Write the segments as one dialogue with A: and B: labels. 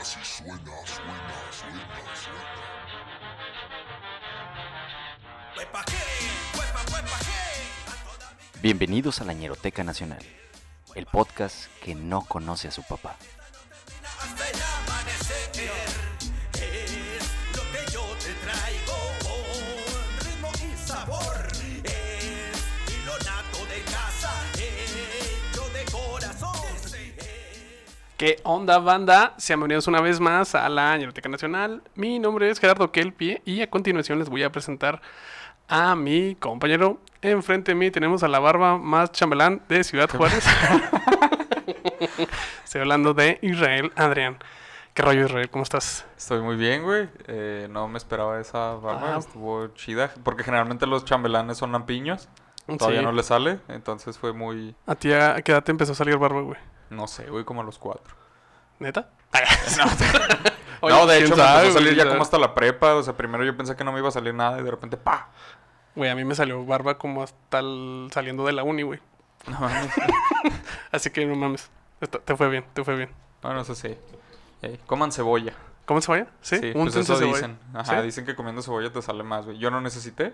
A: Así suena, suena, suena, suena.
B: Huepa Pues qué, pues huepa, huepa qué. A toda mi
C: Bienvenidos a la Ñeroteca Nacional, el podcast que no conoce a su papá.
B: vida hasta el amanecer. Es lo que yo te traigo con ritmo y sabor. Es lo nato de casa, hecho de corazón.
D: ¿Qué onda, banda? Sean bienvenidos una vez más a la Añeroteca Nacional. Mi nombre es Gerardo Kelpie y a continuación les voy a presentar a mi compañero. Enfrente de mí tenemos a la barba más chambelán de Ciudad Juárez. Estoy hablando de Israel Adrián. ¿Qué rollo, Israel? ¿Cómo estás?
E: Estoy muy bien, güey. Eh, no me esperaba esa barba.
D: Ah.
E: Estuvo chida. Porque generalmente los chambelanes son lampiños. Todavía
D: Sí.
E: no le sale. Entonces fue muy.
D: ¿A ti a qué edad te empezó a salir barba, güey?
E: No sé, güey, como a los cuatro.
D: ¿Neta? Oye,
E: no, de
D: ¿quién
E: hecho, me
D: sabe,
E: empezó a salir
D: güey?
E: ya como hasta la prepa. O sea, primero yo pensé que no me iba a salir nada y de repente ¡pa!
D: Güey, a mí me salió barba como hasta el- saliendo de la uni, güey.
E: No, mames.
D: Así que no mames. Esto- te fue bien, te fue bien.
E: bueno, eso sí. Ey, coman cebolla.
D: ¿Cómo se vaya? Sí,
E: pues
D: tinte
E: eso
D: de cebolla.
E: dicen. Ajá,
D: ¿Sí?
E: dicen que comiendo cebolla te sale más, güey. Yo no necesité.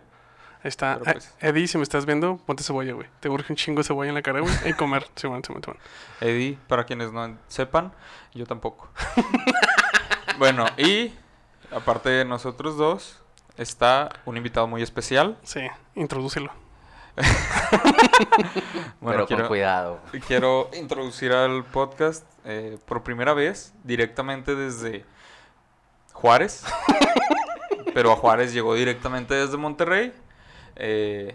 D: Está.
E: Pero pues-
D: eh, Eddie, si me estás viendo, ponte cebolla, güey. Te urge un chingo de cebolla en la cara, güey. Y comer. Simón, Simón, Simón.
E: Eddie, para quienes no sepan, yo tampoco. bueno, y aparte de nosotros dos, está un invitado muy especial.
D: Sí, introdúcelo.
C: Pero
E: Bueno,
C: con cuidado.
E: quiero introducir al podcast eh, por primera vez directamente desde Juárez. pero a Juárez llegó directamente desde Monterrey. Eh,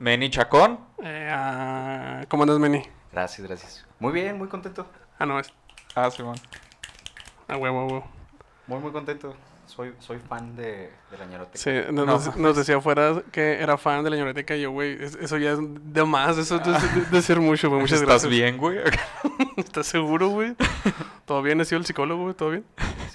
E: Meni Chacón.
D: Eh, ah, ¿Cómo andas, Meni?
C: Gracias, gracias. Muy bien, muy contento.
D: Ah, no, es.
E: Ah, Simón.
D: Ah, huevo, huevo.
C: Muy, muy contento. Soy, soy fan de, de la Ñeroteca.
D: Sí, no- nos, nos decía afuera que era fan de la ñoreteca y yo, güey, es- eso ya es de más. Eso es de- de- de decir mucho, güey. Muchas
E: Ah. Pues
D: gracias.
E: ¿Estás bien, güey?
D: ¿Estás seguro, güey? ¿Todo bien? ¿Ha sido el psicólogo, güey? ¿Todo bien?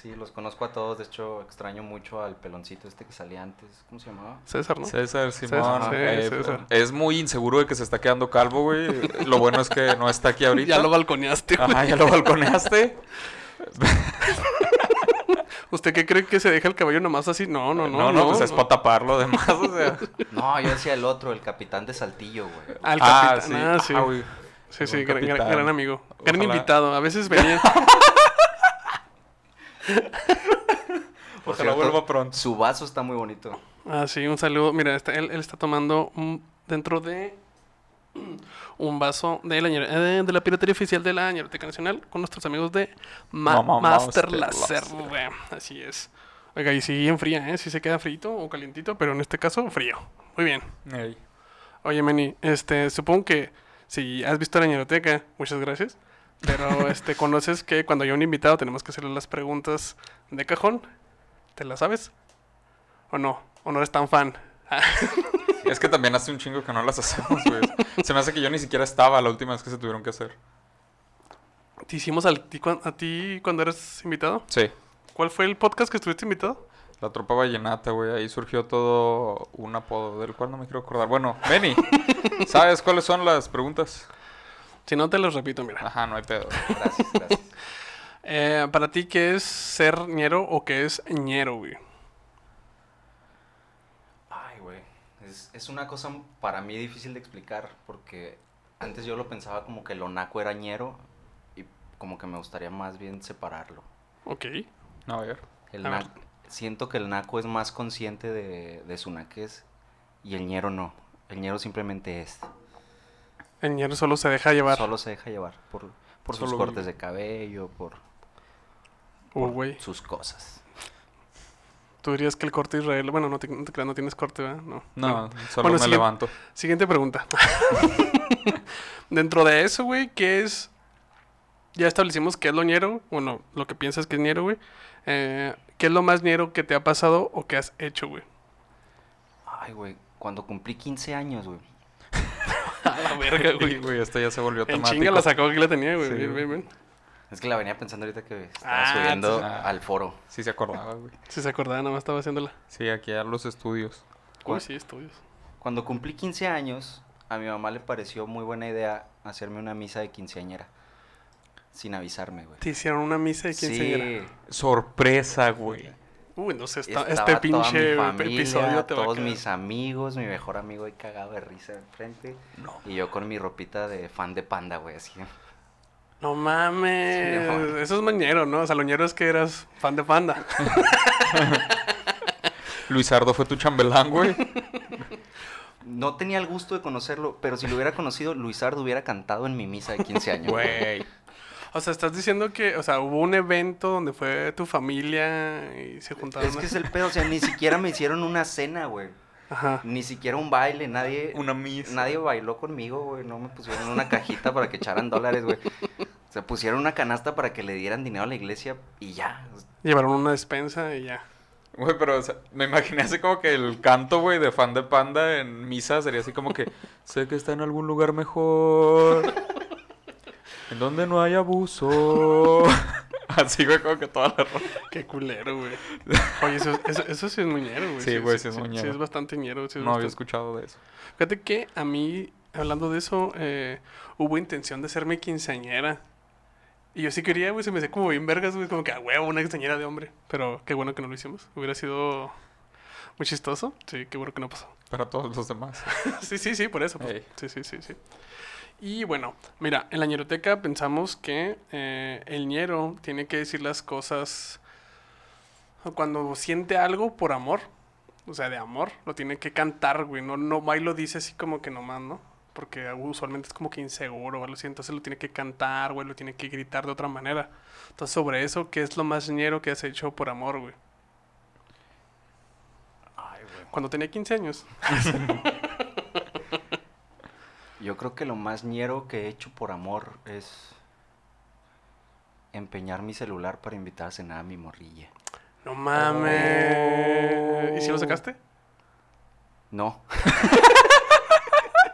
C: Sí, los conozco a todos. De hecho, extraño mucho al peloncito este que salía antes. ¿Cómo se llamaba?
D: César, ¿no?
E: César Simón.
D: sí,
E: eh,
D: César.
E: Es muy inseguro de que se está quedando calvo, güey. Lo bueno es que no está aquí ahorita.
D: Ya lo balconeaste, güey.
E: Ajá, ya lo balconeaste.
D: ¿Usted qué cree que se deja el cabello nomás así? No, no, no.
E: no, pues es para tapar lo demás, o sea.
C: No, yo decía el otro, el capitán de Saltillo, güey.
D: Al
E: Ah,
D: capitán.
E: sí.
D: Ah, sí.
E: Ah, güey.
D: Sí, sí,
E: Buen
D: gran, gran-
E: capitán.
D: gran amigo. Gran
E: Ojalá.
D: invitado. A veces venía.
C: Por
E: Ojalá
C: cierto,
E: vuelva pronto.
C: Su vaso está muy bonito.
D: ah, sí, un saludo. Mira, está- él, él está tomando un- dentro de un vaso de la, ñer- eh, de la piratería oficial de la Ñeroteca Nacional con nuestros amigos de Ma-
E: Mamá
D: Master
E: Master
D: Lacer. güey. Así es. Oiga, y sí enfría, ¿eh? Sí se queda frito o calientito, pero en este caso frío. Muy bien.
E: Ey.
D: Oye, Meni, este, supongo que si has visto la ñeroteca, muchas gracias. Pero este, conoces que cuando hay un invitado tenemos que hacerle las preguntas de cajón. ¿Te las sabes? ¿O no? ¿O no eres tan fan? Ah,
E: Es que también hace un chingo que no las hacemos, güey. Se me hace que yo ni siquiera estaba la última vez que se tuvieron que hacer.
D: ¿Te hicimos al- ti cuan- a ti cuando eres invitado?
E: Sí.
D: ¿Cuál fue el podcast que estuviste invitado?
E: La tropa vallenata, güey. Ahí surgió todo un apodo del cual no me quiero acordar. Bueno, Benny, ¿sabes cuáles son las preguntas?
D: Si no, te los repito, mira.
E: Ajá, no hay pedo.
C: Gracias, gracias.
D: Eh, ¿Para ti qué es ser ñero o qué es ñero, güey?
C: Ay, güey. Es, es una cosa m- para mí difícil de explicar porque antes yo lo pensaba como que lo naco era ñero y como que me gustaría más bien separarlo.
D: Ok.
E: No, a ver.
C: El
D: A
C: na-
D: ver.
C: siento que el naco es más consciente de, de su naquez y el ñero no. El ñero simplemente es.
D: El ñero solo se deja llevar.
C: Solo se deja llevar por, por sus
E: Solo
C: cortes
E: vive.
C: de cabello, por
D: Uh, güey.
C: sus cosas.
D: Tú dirías que el corte de Israel... Bueno, no te, no te creas, no tienes corte, ¿verdad? No.
E: No, solo
D: Bueno,
E: me
D: sí.
E: levanto.
D: Siguiente pregunta. Dentro de eso, güey, ¿qué es? Ya establecimos qué es lo ñero. Bueno, lo que piensas que es ñero, güey. Eh, ¿Qué es lo más ñero que te ha pasado o que has hecho, güey?
C: Ay, güey. Cuando cumplí 15 años, güey.
D: A la verga,
E: Sí, güey, esto ya se volvió
D: En
E: temático.
D: chinga la sacó, aquí la tenía, güey.
E: Sí,
D: bien,
E: güey.
D: bien, bien.
C: Es que la venía pensando ahorita que estaba
D: Ah,
C: subiendo
E: entonces- ah.
C: al foro.
E: Sí se acordaba, güey.
D: Si se acordaba, nada más estaba haciéndola.
E: Sí, aquí a los estudios.
D: Uy,
C: ¿Cuál?
D: sí, estudios.
C: Cuando cumplí 15 años, a mi mamá le pareció muy buena idea hacerme una misa de quinceañera. sin avisarme, güey.
D: Te hicieron una misa de quinceañera.
C: Sí,
E: Sorpresa, güey.
D: Uy, no sé, esta-
C: estaba
D: este
C: toda
D: pinche
C: mi familia,
D: episodio te va a
C: todos
D: quedar.
C: mis amigos, mi mejor amigo ahí cagado de risa enfrente. Y yo con mi ropita de fan de panda, güey, así.
D: No
C: Sí, no
D: mames.
C: mames.
D: Eso es mañero, ¿no? O sea, lo ñero es que eras fan de panda.
E: Luisardo fue tu chambelán, güey.
C: No tenía el gusto de conocerlo, pero si lo hubiera conocido, Luisardo hubiera cantado en mi misa de 15 años.
E: Güey.
D: O sea, estás diciendo que, o sea, hubo un evento donde fue tu familia y se juntaron.
C: Es que es el pedo, o sea, ni siquiera me hicieron una cena, güey.
D: Ajá.
C: Ni siquiera un baile, nadie.
E: Una misa.
C: Nadie bailó conmigo, güey. No me pusieron una cajita para que echaran dólares, güey. O sea, pusieron una canasta para que le dieran dinero a la iglesia y ya.
D: Llevaron una despensa y ya.
E: Güey, pero o sea, me imaginé así como que el canto, güey, de fan de panda en misa sería así como que sé que está en algún lugar mejor. En donde no hay abuso. Así, güey, como que toda la ropa.
D: Qué culero, güey. Oye, eso, eso, eso sí es muñero, güey.
E: Sí, güey, sí es
D: Sí,
E: muñero.
D: es bastante ñero. sí es
E: No había
D: bastante-
E: escuchado de eso.
D: Fíjate que a mí, hablando de eso, eh, hubo intención de hacerme quinceañera. Y yo sí quería, güey, se me hacía como bien vergas, güey, como que a huevo, una quinceañera de hombre. Pero qué bueno que no lo hicimos. Hubiera sido muy chistoso. Sí, qué bueno que no pasó.
E: Para todos los demás.
D: sí, sí, sí, por eso. pues.
E: Ey.
D: Sí, sí, sí, sí. Y bueno, mira, en la ñeroteca pensamos que eh, el ñero tiene que decir las cosas cuando siente algo por amor, o sea, de amor, lo tiene que cantar, güey, no, no va y lo dice así como que nomás, ¿no? Porque usualmente es como que inseguro o algo así, entonces lo tiene que cantar, güey, lo tiene que gritar de otra manera. Entonces, sobre eso, ¿qué es lo más ñero que has hecho por amor, güey? Cuando tenía 15 años.
C: Yo creo que lo más ñero que he hecho por amor es empeñar mi celular para invitar a cenar a mi morrilla.
D: No mames. ¿Y si lo sacaste?
C: No,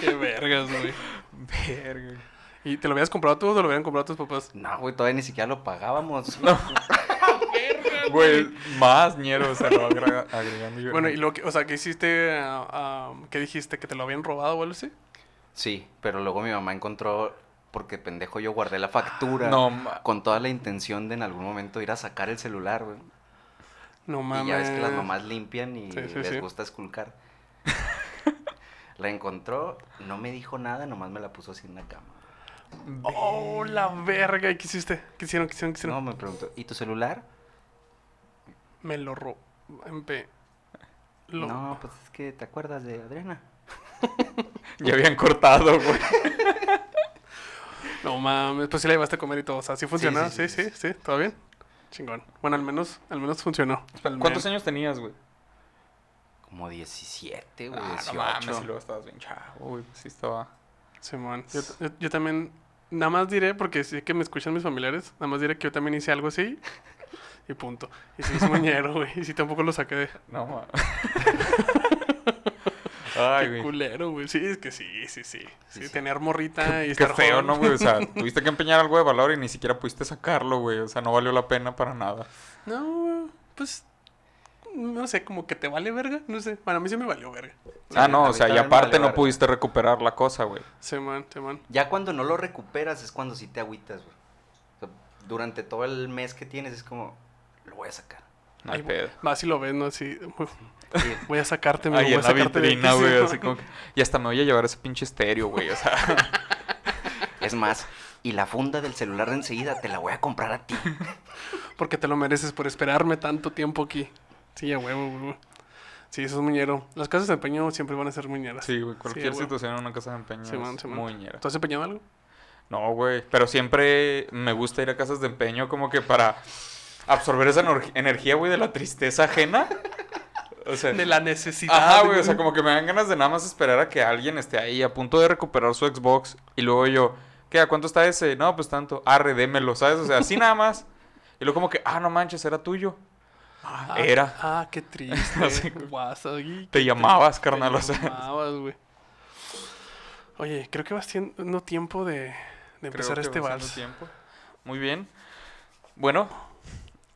D: Qué vergas, güey.
E: Verga.
D: ¿Y te lo habías comprado tú o te lo habían comprado tus papás?
C: no, güey, todavía ni siquiera lo pagábamos.
E: Güey, más ñero se lo va agra- agregando yo.
D: Bueno, y lo que, o sea, ¿qué hiciste? ah, ah, ¿Qué dijiste? ¿Que te lo habían robado o algo así?
C: Sí, pero luego mi mamá encontró, porque pendejo yo guardé la factura
E: No, ma-
C: con toda la intención de en algún momento ir a sacar el celular, güey.
D: No mames.
C: Y ya ves que las mamás limpian y
D: Sí, sí,
C: les
D: sí.
C: gusta esculcar. la encontró, no me dijo nada, nomás me la puso así en la cama.
D: Oh, la verga. ¿Y qué hiciste? ¿Qué hicieron? ¿Qué hicieron? ¿Qué
C: No,
D: hicieron?
C: me preguntó, ¿y tu celular?
D: Me lo robó. Lo...
C: No, pues es que te acuerdas de Adriana.
E: ya habían cortado, güey.
D: No mames. Pues sí la llevaste a comer y todo. O sea, sí funcionó. Sí, sí,
C: sí,
D: sí.
C: sí,
D: ¿Todo bien? Chingón. Bueno, al menos, al menos funcionó.
E: ¿Cuántos años tenías, güey?
C: Como 17, güey,
E: Ah, no
C: 18.
E: mames, y luego estabas bien chavo, güey. pues Sí estaba...
D: Simón, yo, yo- yo también, nada más diré, porque sé que me escuchan mis familiares, nada más diré que yo también hice algo así y punto. Y sí, es moñero, güey, y sí, tampoco lo saqué de...
E: No, ma. Ay,
D: Qué
E: güey.
D: culero, güey. Sí, es que sí, sí, sí. Sí,
C: Sí, sí.
D: tener morrita y
E: Qué
D: estar
E: feo,
D: joven.
E: ¿no, güey? O sea, tuviste que empeñar algo de valor y ni siquiera pudiste sacarlo, güey. O sea, no valió la pena para nada.
D: No, pues, no sé, como que te vale verga, no sé. Bueno, a mí sí me valió verga.
E: ah,
C: a
E: no,
C: mí
E: o sea, y
C: también me
E: aparte
C: valió
E: no
C: verga.
E: pudiste recuperar la cosa, güey.
D: Simón, Simón.
C: Ya cuando no lo recuperas es cuando sí te agüitas, güey. O sea, durante todo el mes que tienes es como, lo voy a sacar.
E: No hay
D: Ay,
E: pedo.
D: Vas y lo ves, ¿no? Así, güey,
C: Sí,
D: voy a sacarte, me
E: Ahí
D: voy a
E: en la
D: sacarte de
E: vitrina,
D: aquí,
E: güey.
D: Simón.
E: Así como que... Y hasta me voy a llevar ese pinche estéreo, güey. O sea,
C: es más, y la funda del celular de enseguida te la voy a comprar a ti.
D: Porque te lo mereces por esperarme tanto tiempo aquí. Sí, a huevo, huevo. Sí, eso es muñero. Las casas de empeño siempre van a ser muñeras.
E: sí, güey.
D: a
E: Cualquier
D: huevo.
E: situación en una casa de empeño
D: Simón,
E: es
D: Simón.
E: muy ñera.
D: ¿Tú has empeñado algo?
E: No, güey. Pero siempre me gusta ir a casas de empeño como que para absorber esa ener- energía, güey, de la tristeza ajena. O sea,
D: De la necesidad.
E: Ajá, güey, o sea, como que me dan ganas de nada más esperar a que alguien esté ahí a punto de recuperar su Xbox y luego yo, ¿qué? ¿A cuánto está ese? No, pues tanto, arre, démelo, ¿sabes? O sea, así nada más. Y luego como que, ah, no manches, era tuyo.
D: Ah,
E: era.
D: Ah, qué triste.
E: Así como-
D: Guasa, y-
E: Te llamabas, carnal, o
D: Te
E: sea.
D: llamabas, güey. Oye, creo que vas teniendo tiempo de, de
E: Creo
D: empezar
E: que
D: este
E: va siendo
D: vals.
E: tiempo. Muy bien. Bueno,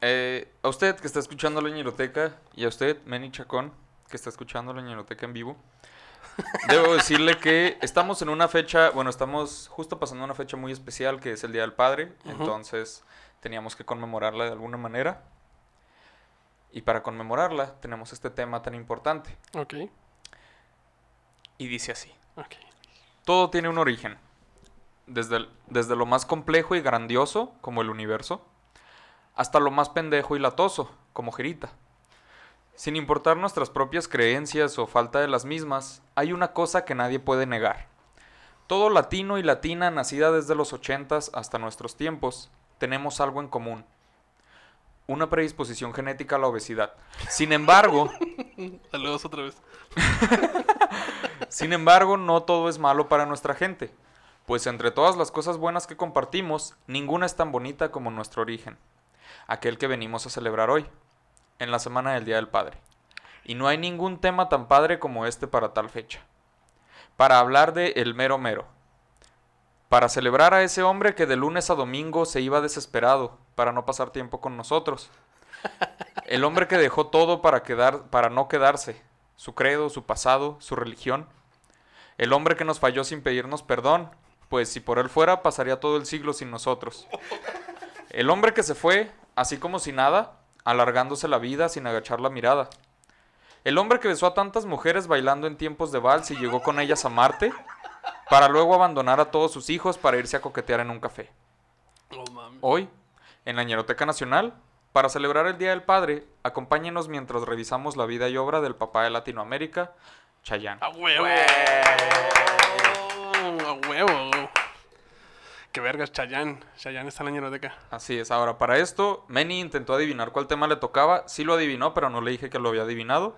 E: eh, a usted que está escuchando la ñeroteca y a usted, Manny Chacón, que está escuchando la ñeroteca en vivo, Debo decirle que estamos en una fecha, bueno, estamos justo pasando una fecha muy especial que es el Día del Padre, entonces teníamos que conmemorarla de alguna manera. Y para conmemorarla tenemos este tema tan importante.
D: Ok,
E: Y dice así.
D: ok.
E: Todo tiene un origen. Desde, el- desde lo más complejo y grandioso, como el universo, hasta lo más pendejo y latoso, como Jerita. Sin importar nuestras propias creencias o falta de las mismas, hay una cosa que nadie puede negar. Todo latino y latina nacida desde los 80s hasta nuestros tiempos, tenemos algo en común. Una predisposición genética a la obesidad. Sin embargo,
D: Saludos otra vez.
E: Sin embargo, no todo es malo para nuestra gente, pues entre todas las cosas buenas que compartimos, ninguna es tan bonita como nuestro origen, aquel que venimos a celebrar hoy, en la semana del Día del Padre. Y no hay ningún tema tan padre como este para tal fecha. Para hablar de el mero mero. Para celebrar a ese hombre que de lunes a domingo se iba desesperado para no pasar tiempo con nosotros. El hombre que dejó todo para, quedar, para no quedarse. Su credo, su pasado, su religión. El hombre que nos falló sin pedirnos perdón. Pues si por él fuera, pasaría todo el siglo sin nosotros. El hombre que se fue, así como si nada, alargándose la vida sin agachar la mirada. El hombre que besó a tantas mujeres bailando en tiempos de vals y llegó con ellas a Marte, para luego abandonar a todos sus hijos para irse a coquetear en un café.
D: No mames.
E: Hoy, en la Ñeroteca Nacional, para celebrar el Día del Padre, acompáñenos mientras revisamos la vida y obra del papá de Latinoamérica, Chayanne.
D: ¡A huevo! ¡A huevo! ¡Qué vergas, Chayanne! Chayanne está en la ñeroteca.
E: Así es, ahora para esto, Manny intentó adivinar cuál tema le tocaba, sí lo adivinó, pero no le dije que lo había adivinado.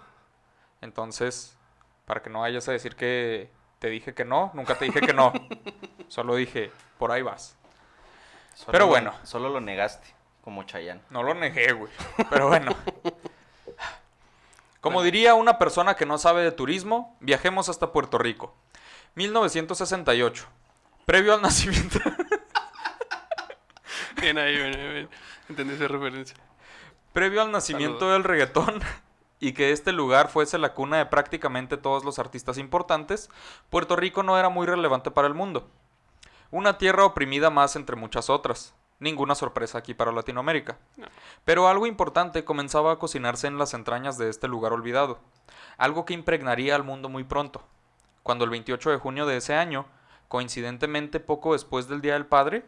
E: Entonces, para que no vayas a decir que te dije que no, nunca te dije que no. Solo dije, por ahí vas.
C: Solo
E: Pero
C: lo-
E: bueno.
C: solo lo negaste, como Chayanne.
E: No lo negué, güey. Pero bueno. Como diría una persona que no sabe de turismo, viajemos hasta Puerto Rico. 1968. Previo al nacimiento.
D: Bien ahí, bien, ahí, bien. Entendí esa referencia.
E: Previo al nacimiento
D: Saludos.
E: del reggaetón y que este lugar fuese la cuna de prácticamente todos los artistas importantes, Puerto Rico no era muy relevante para el mundo. Una tierra oprimida más entre muchas otras. Ninguna sorpresa aquí para Latinoamérica. Pero algo importante comenzaba a cocinarse en las entrañas de este lugar olvidado. Algo que impregnaría al mundo muy pronto. Cuando el 28 de junio de ese año, coincidentemente poco después del Día del Padre,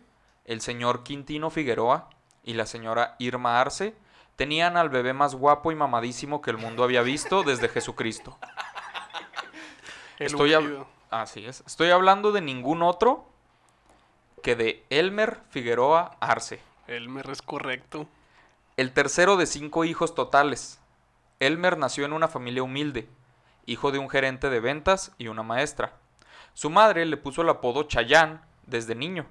E: el señor Quintino Figueroa y la señora Irma Arce tenían al bebé más guapo y mamadísimo que el mundo había visto desde Jesucristo.
D: El
E: Estoy hab-
D: ungido.
E: Así es. Estoy hablando de ningún otro que de Elmer Figueroa Arce,
D: Elmer es correcto.
E: el tercero de cinco hijos totales. Elmer nació en una familia humilde, hijo de un gerente de ventas y una maestra. Su madre le puso el apodo Chayanne desde niño,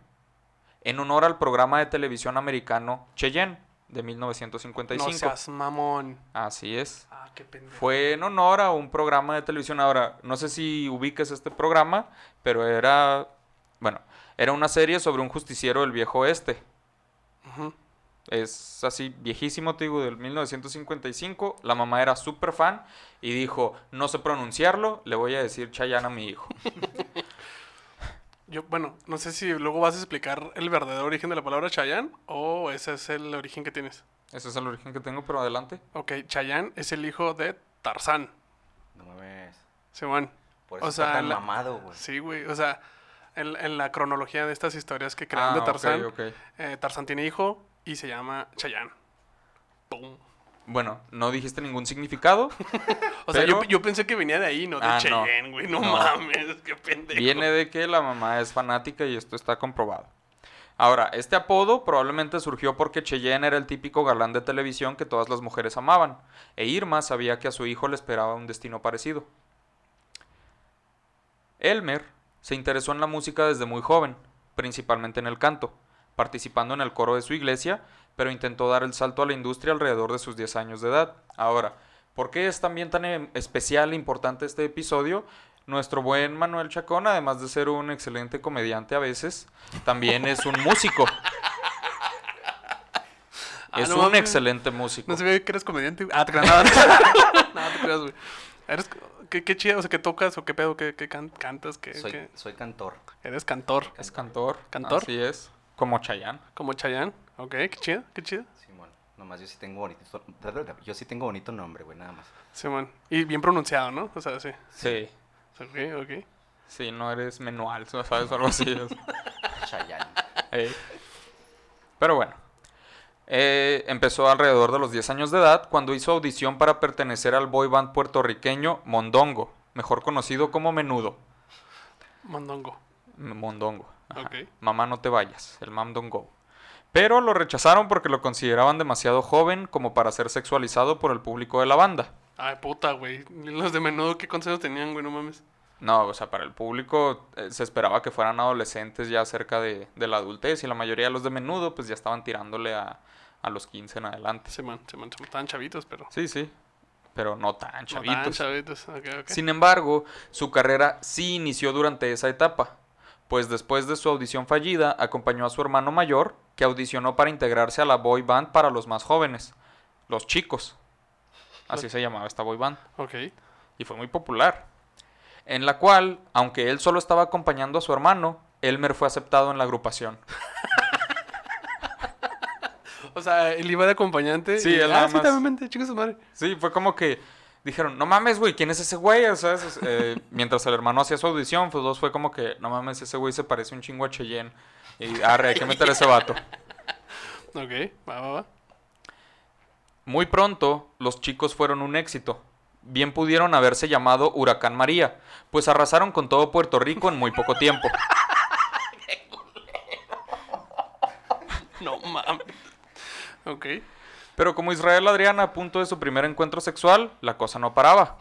E: en honor al programa de televisión americano Cheyenne de 1955.
D: No seas mamón.
E: Así es.
D: Ah, qué pendejo.
E: Fue en honor a un programa de televisión. Ahora, no sé si ubiques este programa, pero era. Bueno, era una serie sobre un justiciero del viejo oeste.
D: Ujú.
E: Es así, viejísimo, te digo, del 1955. La mamá era súper fan y dijo: No sé pronunciarlo, le voy a decir Chayanne a mi hijo.
D: Yo, bueno, no sé si luego vas a explicar el verdadero origen de la palabra Chayanne o ese es el origen que tienes.
E: Ese es el origen que tengo, pero adelante.
D: Ok, Chayanne es el hijo de Tarzán.
C: No mames.
D: Se van.
C: Por eso
D: O sea,
C: está tan
D: la-
C: mamado, güey.
D: Sí, güey. O sea, en, en la cronología de estas historias que crean de
E: Ah, ok,
D: Tarzán,
E: ok.
D: eh, Tarzán tiene hijo y se llama Chayanne. Pum.
E: Bueno, no dijiste ningún significado.
D: O sea, yo,
E: Pero-
D: yo pensé que venía de ahí, no de
E: Ah, no.
D: Chayanne, güey. No,
E: No.
D: mames, qué pendejo.
E: Viene de que la mamá es fanática y esto está comprobado. Ahora, este apodo probablemente surgió porque Cheyenne era el típico galán de televisión que todas las mujeres amaban, e Irma sabía que a su hijo le esperaba un destino parecido. Elmer se interesó en la música desde muy joven, principalmente en el canto, participando en el coro de su iglesia, pero intentó dar el salto a la industria alrededor de sus 10 años de edad. Ahora, ¿por qué es también tan em, especial e importante este episodio? Nuestro buen Manuel Chacón, además de ser un excelente comediante a veces, también es un músico.
D: Ah,
E: es
D: no
E: un
D: mames.
E: excelente músico.
D: No sabía que eres comediante. güey. Ah, te creas. No, no te creas, güey. Eres, qué, qué chido, o sea, ¿qué tocas o qué pedo? ¿Qué, qué can- cantas? ¿Qué,
C: Soy,
D: qué-
C: soy cantor.
D: Eres cantor,
E: Es cantor.
D: ¿Cantor?
E: Así es. Como Chayanne.
D: como Chayanne. Ok, qué chido, qué chido.
C: Simón. Nomás yo sí tengo bonito. Yo sí tengo bonito nombre, güey, nada más.
D: Simón. Y bien pronunciado, ¿no? O sea, sí.
E: Sí.
D: Ok, ok.
E: Sí, no eres menual, ¿sabes? O algo así. o sea.
C: Chayanne.
E: Ey. Pero bueno. Eh, empezó alrededor de los 10 años de edad cuando hizo audición para pertenecer al boy band puertorriqueño Mondongo, mejor conocido como Menudo.
D: Mondongo.
E: M- Mondongo. ajá.
D: Ok.
E: Mamá no te vayas, el Mam Don't Go. Pero lo rechazaron porque lo consideraban demasiado joven como para ser sexualizado por el público de la banda.
D: Ay, puta, güey. Los de menudo, ¿qué consejos tenían, güey? No mames.
E: No, o sea, para el público eh, se esperaba que fueran adolescentes ya cerca de, de la adultez y la mayoría de los de menudo pues ya estaban tirándole a, a los 15 en adelante.
D: Simón, Simón, Simón. Estaban chavitos, pero.
E: Sí, sí. Pero no tan chavitos.
D: No tan chavitos. Ok, ok.
E: Sin embargo, su carrera sí inició durante esa etapa, pues después de su audición fallida, acompañó a su hermano mayor, que audicionó para integrarse a la boy band para los más jóvenes, los chicos. Así se llamaba esta boy band,
D: Ok.
E: y fue muy popular. En la cual, aunque él solo estaba acompañando a su hermano, Elmer fue aceptado en la agrupación.
D: O sea, él iba de acompañante.
E: Sí,
D: y-
E: él
D: ah,
E: nada
D: sí,
E: más.
D: también, mente, chicos, su madre.
E: Sí, fue como que dijeron, no mames, güey, ¿quién es ese güey? O sea, es- eh, mientras el hermano hacía su audición, pues dos fue como que, no mames, ese güey se parece un chingo a Cheyenne. Y arre, hay que meter a ese vato.
D: Ok, va, va, va.
E: Muy pronto, los chicos fueron un éxito. Bien pudieron haberse llamado Huracán María, pues arrasaron con todo Puerto Rico en muy poco tiempo.
D: No mames. Ok.
E: Pero como Israel Adriana a punto de su primer encuentro sexual, la cosa no paraba.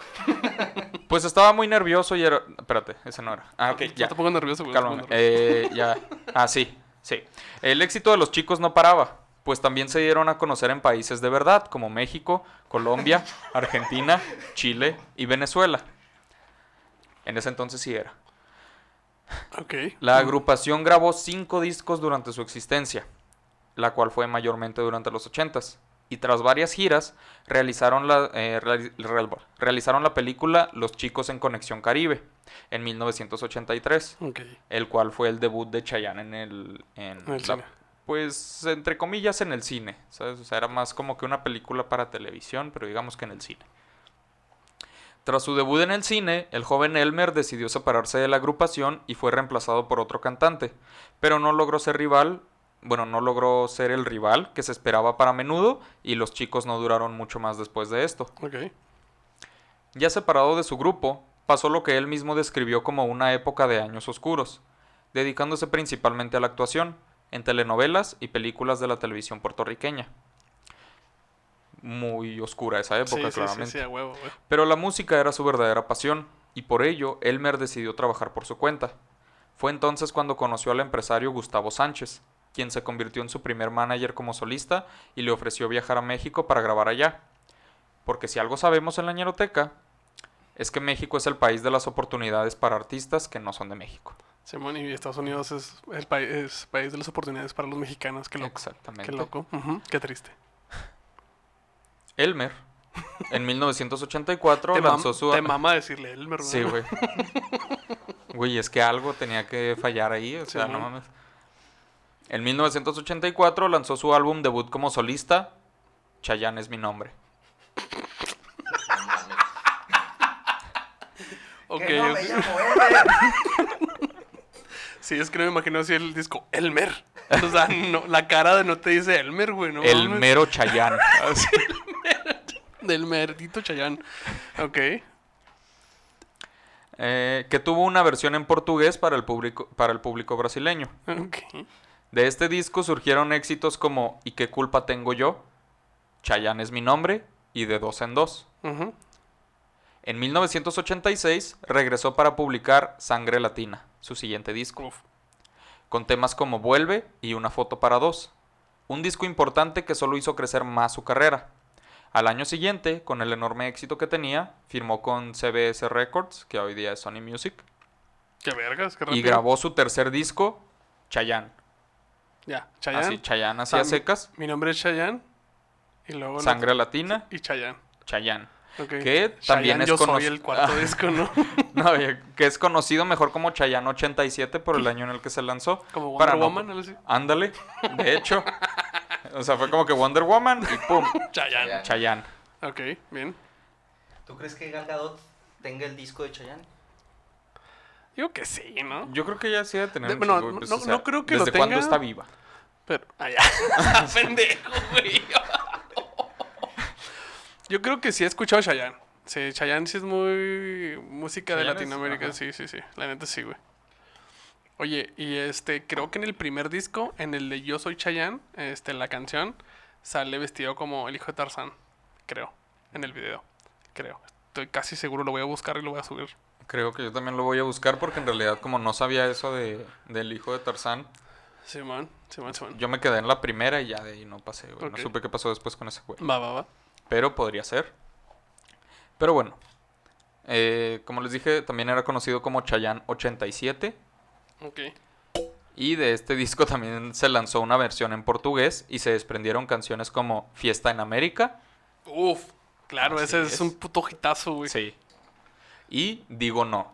E: Pues estaba muy nervioso y era... Espérate, esa no era. Ah, ok,
D: Ya
E: ya.
D: te pongo nervioso, güey. no te
E: Cálmame.
D: pongas nervioso.
E: Eh, ya. Ah, sí, sí. El éxito de los chicos no paraba, pues también se dieron a conocer en países de verdad, como México, Colombia, Argentina, Chile y Venezuela. En ese entonces sí era.
D: Ok.
E: La agrupación grabó cinco discos durante su existencia, la cual fue mayormente durante los 80s. Y tras varias giras, realizaron la, eh, reali- real- realizaron la película Los Chicos en Conexión Caribe en 1983
D: Ok.
E: el cual fue el debut de Chayanne en el... En
D: En el
E: la-
D: cine.
E: Pues, entre comillas, en el cine, ¿sabes? O sea, era más como que una película para televisión, pero digamos que en el cine. Tras su debut en el cine, el joven Elmer decidió separarse de la agrupación y fue reemplazado por otro cantante, pero no logró ser rival, bueno, no logró ser el rival que se esperaba para menudo y los chicos no duraron mucho más después de esto.
D: Ok.
E: Ya separado de su grupo, pasó lo que él mismo describió como una época de años oscuros, dedicándose principalmente a la actuación, en telenovelas y películas de la televisión puertorriqueña. Muy oscura esa época,
D: Sí, sí, sí,
E: claramente.
D: sí, a huevo, güey.
E: Pero la música era su verdadera pasión, y por ello Elmer decidió trabajar por su cuenta. Fue entonces cuando conoció al empresario Gustavo Sánchez, quien se convirtió en su primer manager como solista y le ofreció viajar a México para grabar allá. Porque si algo sabemos en la ñeroteca, es que México es el país de las oportunidades para artistas que no son de México.
D: Simón, y Estados Unidos es el país, es país de las oportunidades para los mexicanos. Qué loco.
E: Exactamente.
D: Qué loco. ujú, Qué triste.
E: Elmer, en 1984,
D: Te, mam-
E: lanzó su...
D: te mama decirle Elmer, ¿verdad?
E: Sí, güey. Güey, es que algo tenía que fallar ahí, o sea, no
D: Simón.
E: mames. En 1984 lanzó su álbum debut como solista, Chayanne es mi nombre.
D: Ok.
B: Que no me
D: ok.
B: llamo Ever.
D: Sí, es que no me imagino así el disco Elmer. O sea, no, la cara de no te dice Elmer, güey. No,
E: El
D: mames.
E: mero Chayanne. Así.
D: Del merdito Chayán. Ok.
E: Eh, que tuvo una versión en portugués para el público, para el público brasileño.
D: Ok.
E: De este disco surgieron éxitos como ¿Y qué culpa tengo yo? Chayanne es mi nombre y De dos en dos.
D: Ujú.
E: En 1986 regresó para publicar Sangre Latina, su siguiente disco.
D: Uf.
E: con temas como Vuelve y Una foto para dos. Un disco importante que solo hizo crecer más su carrera. Al año siguiente, con el enorme éxito que tenía, firmó con CBS Records, que hoy día es Sony Music,
D: Qué vergas, qué
E: y
D: rápido.
E: grabó su tercer disco, Chayanne.
D: Ya,
E: Así,
D: Chayán.
E: Chayanne, así a
D: Sam-
E: secas,
D: Mi nombre es Chayán. Y luego.
E: Sangre Latina,
D: Y Chayán.
E: Chayanne.
D: Ok.
E: Que también
D: Chayanne,
E: es
D: yo soy
E: conocido-
D: el cuarto disco, ¿no?
E: No, ya- que es conocido mejor como Chayanne 87 por el año en el que se lanzó.
D: Como Wonder
E: Para no-
D: Woman, algo así.
E: Ándale, de hecho. O sea, fue como que Wonder Woman y pum,
D: Chayanne.
C: Chayanne.
E: Chayanne.
D: Ok, bien.
C: ¿Tú crees que Gal Gadot tenga el disco de Chayanne?
D: Digo que sí, ¿no?
E: Yo creo que ya sí debe tener
D: De-
E: un
D: bueno,
E: chingo, pues,
D: no-
E: o sea,
D: no creo que lo
E: ¿Desde cuándo
D: tenga.
E: está viva?
D: Pero. Ah, ya. Pendejo, güey. Yo creo que sí he escuchado a Chayanne. Sí, Chayanne sí es muy. música de
E: Chayanne es-
D: Latinoamérica.
E: ajá.
D: Sí, sí, sí. La neta sí, güey. Oye, y este, creo que en el primer disco, en el de Yo Soy Chayanne, este, la canción, sale vestido como el hijo de Tarzán. Creo. En el video. Creo. Estoy casi seguro, lo voy a buscar y lo voy a subir.
E: Creo que yo también lo voy a buscar porque en realidad como no sabía eso de, del hijo de Tarzán,
D: Simón, Simón, Simón.
E: yo me quedé en la primera y ya de ahí no pasé, güey.
D: Ok.
E: No supe qué pasó después con ese güey.
D: Va, va, va.
E: Pero podría ser. Pero bueno. Eh, como les dije, también era conocido como Chayanne 87.
D: Ok.
E: Y de este disco también se lanzó una versión en portugués y se desprendieron canciones como Fiesta en América.
D: Uf. Claro,
E: Así
D: ese es.
E: es.
D: un puto hitazo, güey.
E: Sí. Y Digo No.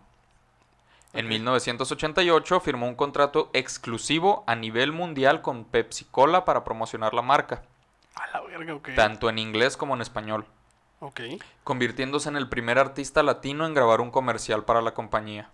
E: En
D: Ok.
E: 1988 firmó un contrato exclusivo a nivel mundial con Pepsi Cola para promocionar la marca,
D: A la verga, ok.
E: tanto en inglés como en español,
D: Ok.
E: convirtiéndose en el primer artista latino en grabar un comercial para la compañía.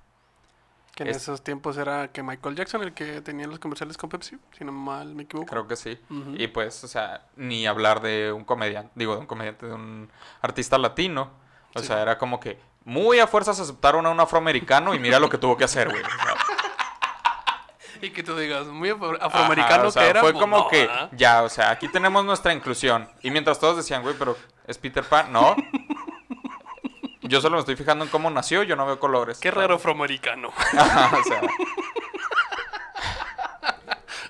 D: Que en
E: Es-
D: esos tiempos era que Michael Jackson el que tenía los comerciales con Pepsi, si no mal me equivoco.
E: Creo que sí.
D: Ujú.
E: Y pues, o sea, ni hablar de un comediante, digo, de un comediante, de un artista latino. O
D: Sí.
E: sea, era como que muy a fuerzas aceptaron a un afroamericano y mira lo que tuvo que hacer, güey. O sea,
D: Y que tú digas, muy afro- afroamericano
E: Ajá, o sea,
D: que era.
E: Fue
D: pues,
E: como
D: no,
E: que,
D: ¿verdad?
E: ya, o sea, aquí tenemos nuestra inclusión. Y mientras todos decían, güey, pero ¿es Peter Pan? No. Yo solo me estoy fijando en cómo nació, yo no veo colores.
D: Qué raro afroamericano.
E: Ajá, o sea,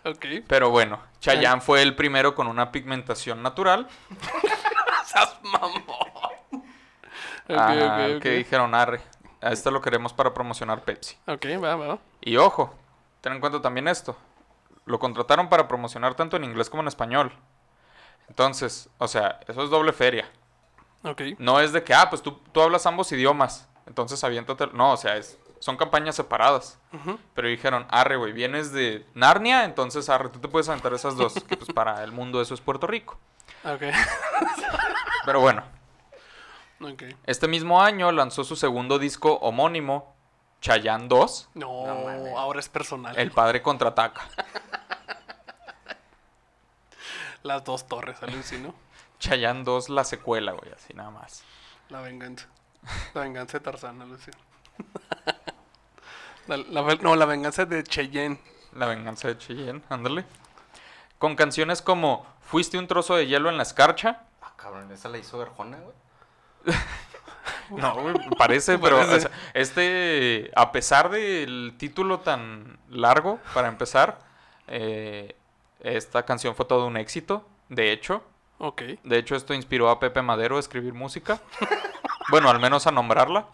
D: ok.
E: pero bueno, Chayanne fue el primero con una pigmentación natural.
D: Seas mamón. Ok,
E: Ajá,
D: ok, ok.
E: Ah, Que dijeron, arre, a este lo queremos para promocionar Pepsi.
D: Ok, va, va. va.
E: Y ojo, ten en cuenta también esto. Lo contrataron para promocionar tanto en inglés como en español. Entonces, o sea, eso es doble feria.
D: Ok.
E: No es de que, ah, pues tú, tú hablas ambos idiomas. Entonces aviéntate. No, o sea, es, son campañas separadas.
D: Ujú.
E: Pero dijeron, arre, güey, vienes de Narnia, entonces arre, tú te puedes aventar esas dos. que pues para el mundo eso es Puerto Rico.
D: Ok.
E: Pero bueno,
D: Ok.
E: este mismo año lanzó su segundo disco homónimo, Chayanne 2,
D: No,
C: No mames.
D: ahora es personal.
E: El Padre Contraataca.
D: Las dos torres, alucino.
E: Chayanne 2, la secuela, güey, así nada más.
D: La venganza. La venganza de Tarzán, alucino. La- la ven- no, la venganza de Cheyenne.
E: La venganza de Cheyenne, ándale. Con canciones como Fuiste un trozo de hielo en la escarcha.
C: Ah, cabrón, esa la hizo Garjona, güey.
E: No, güey, parece, pero o
D: Parece.
E: sea, este, a pesar del título tan largo, para empezar, eh, esta canción fue todo un éxito, de hecho.
D: Ok.
E: De hecho, esto inspiró a Pepe Madero a escribir música. Bueno, al menos a nombrarla.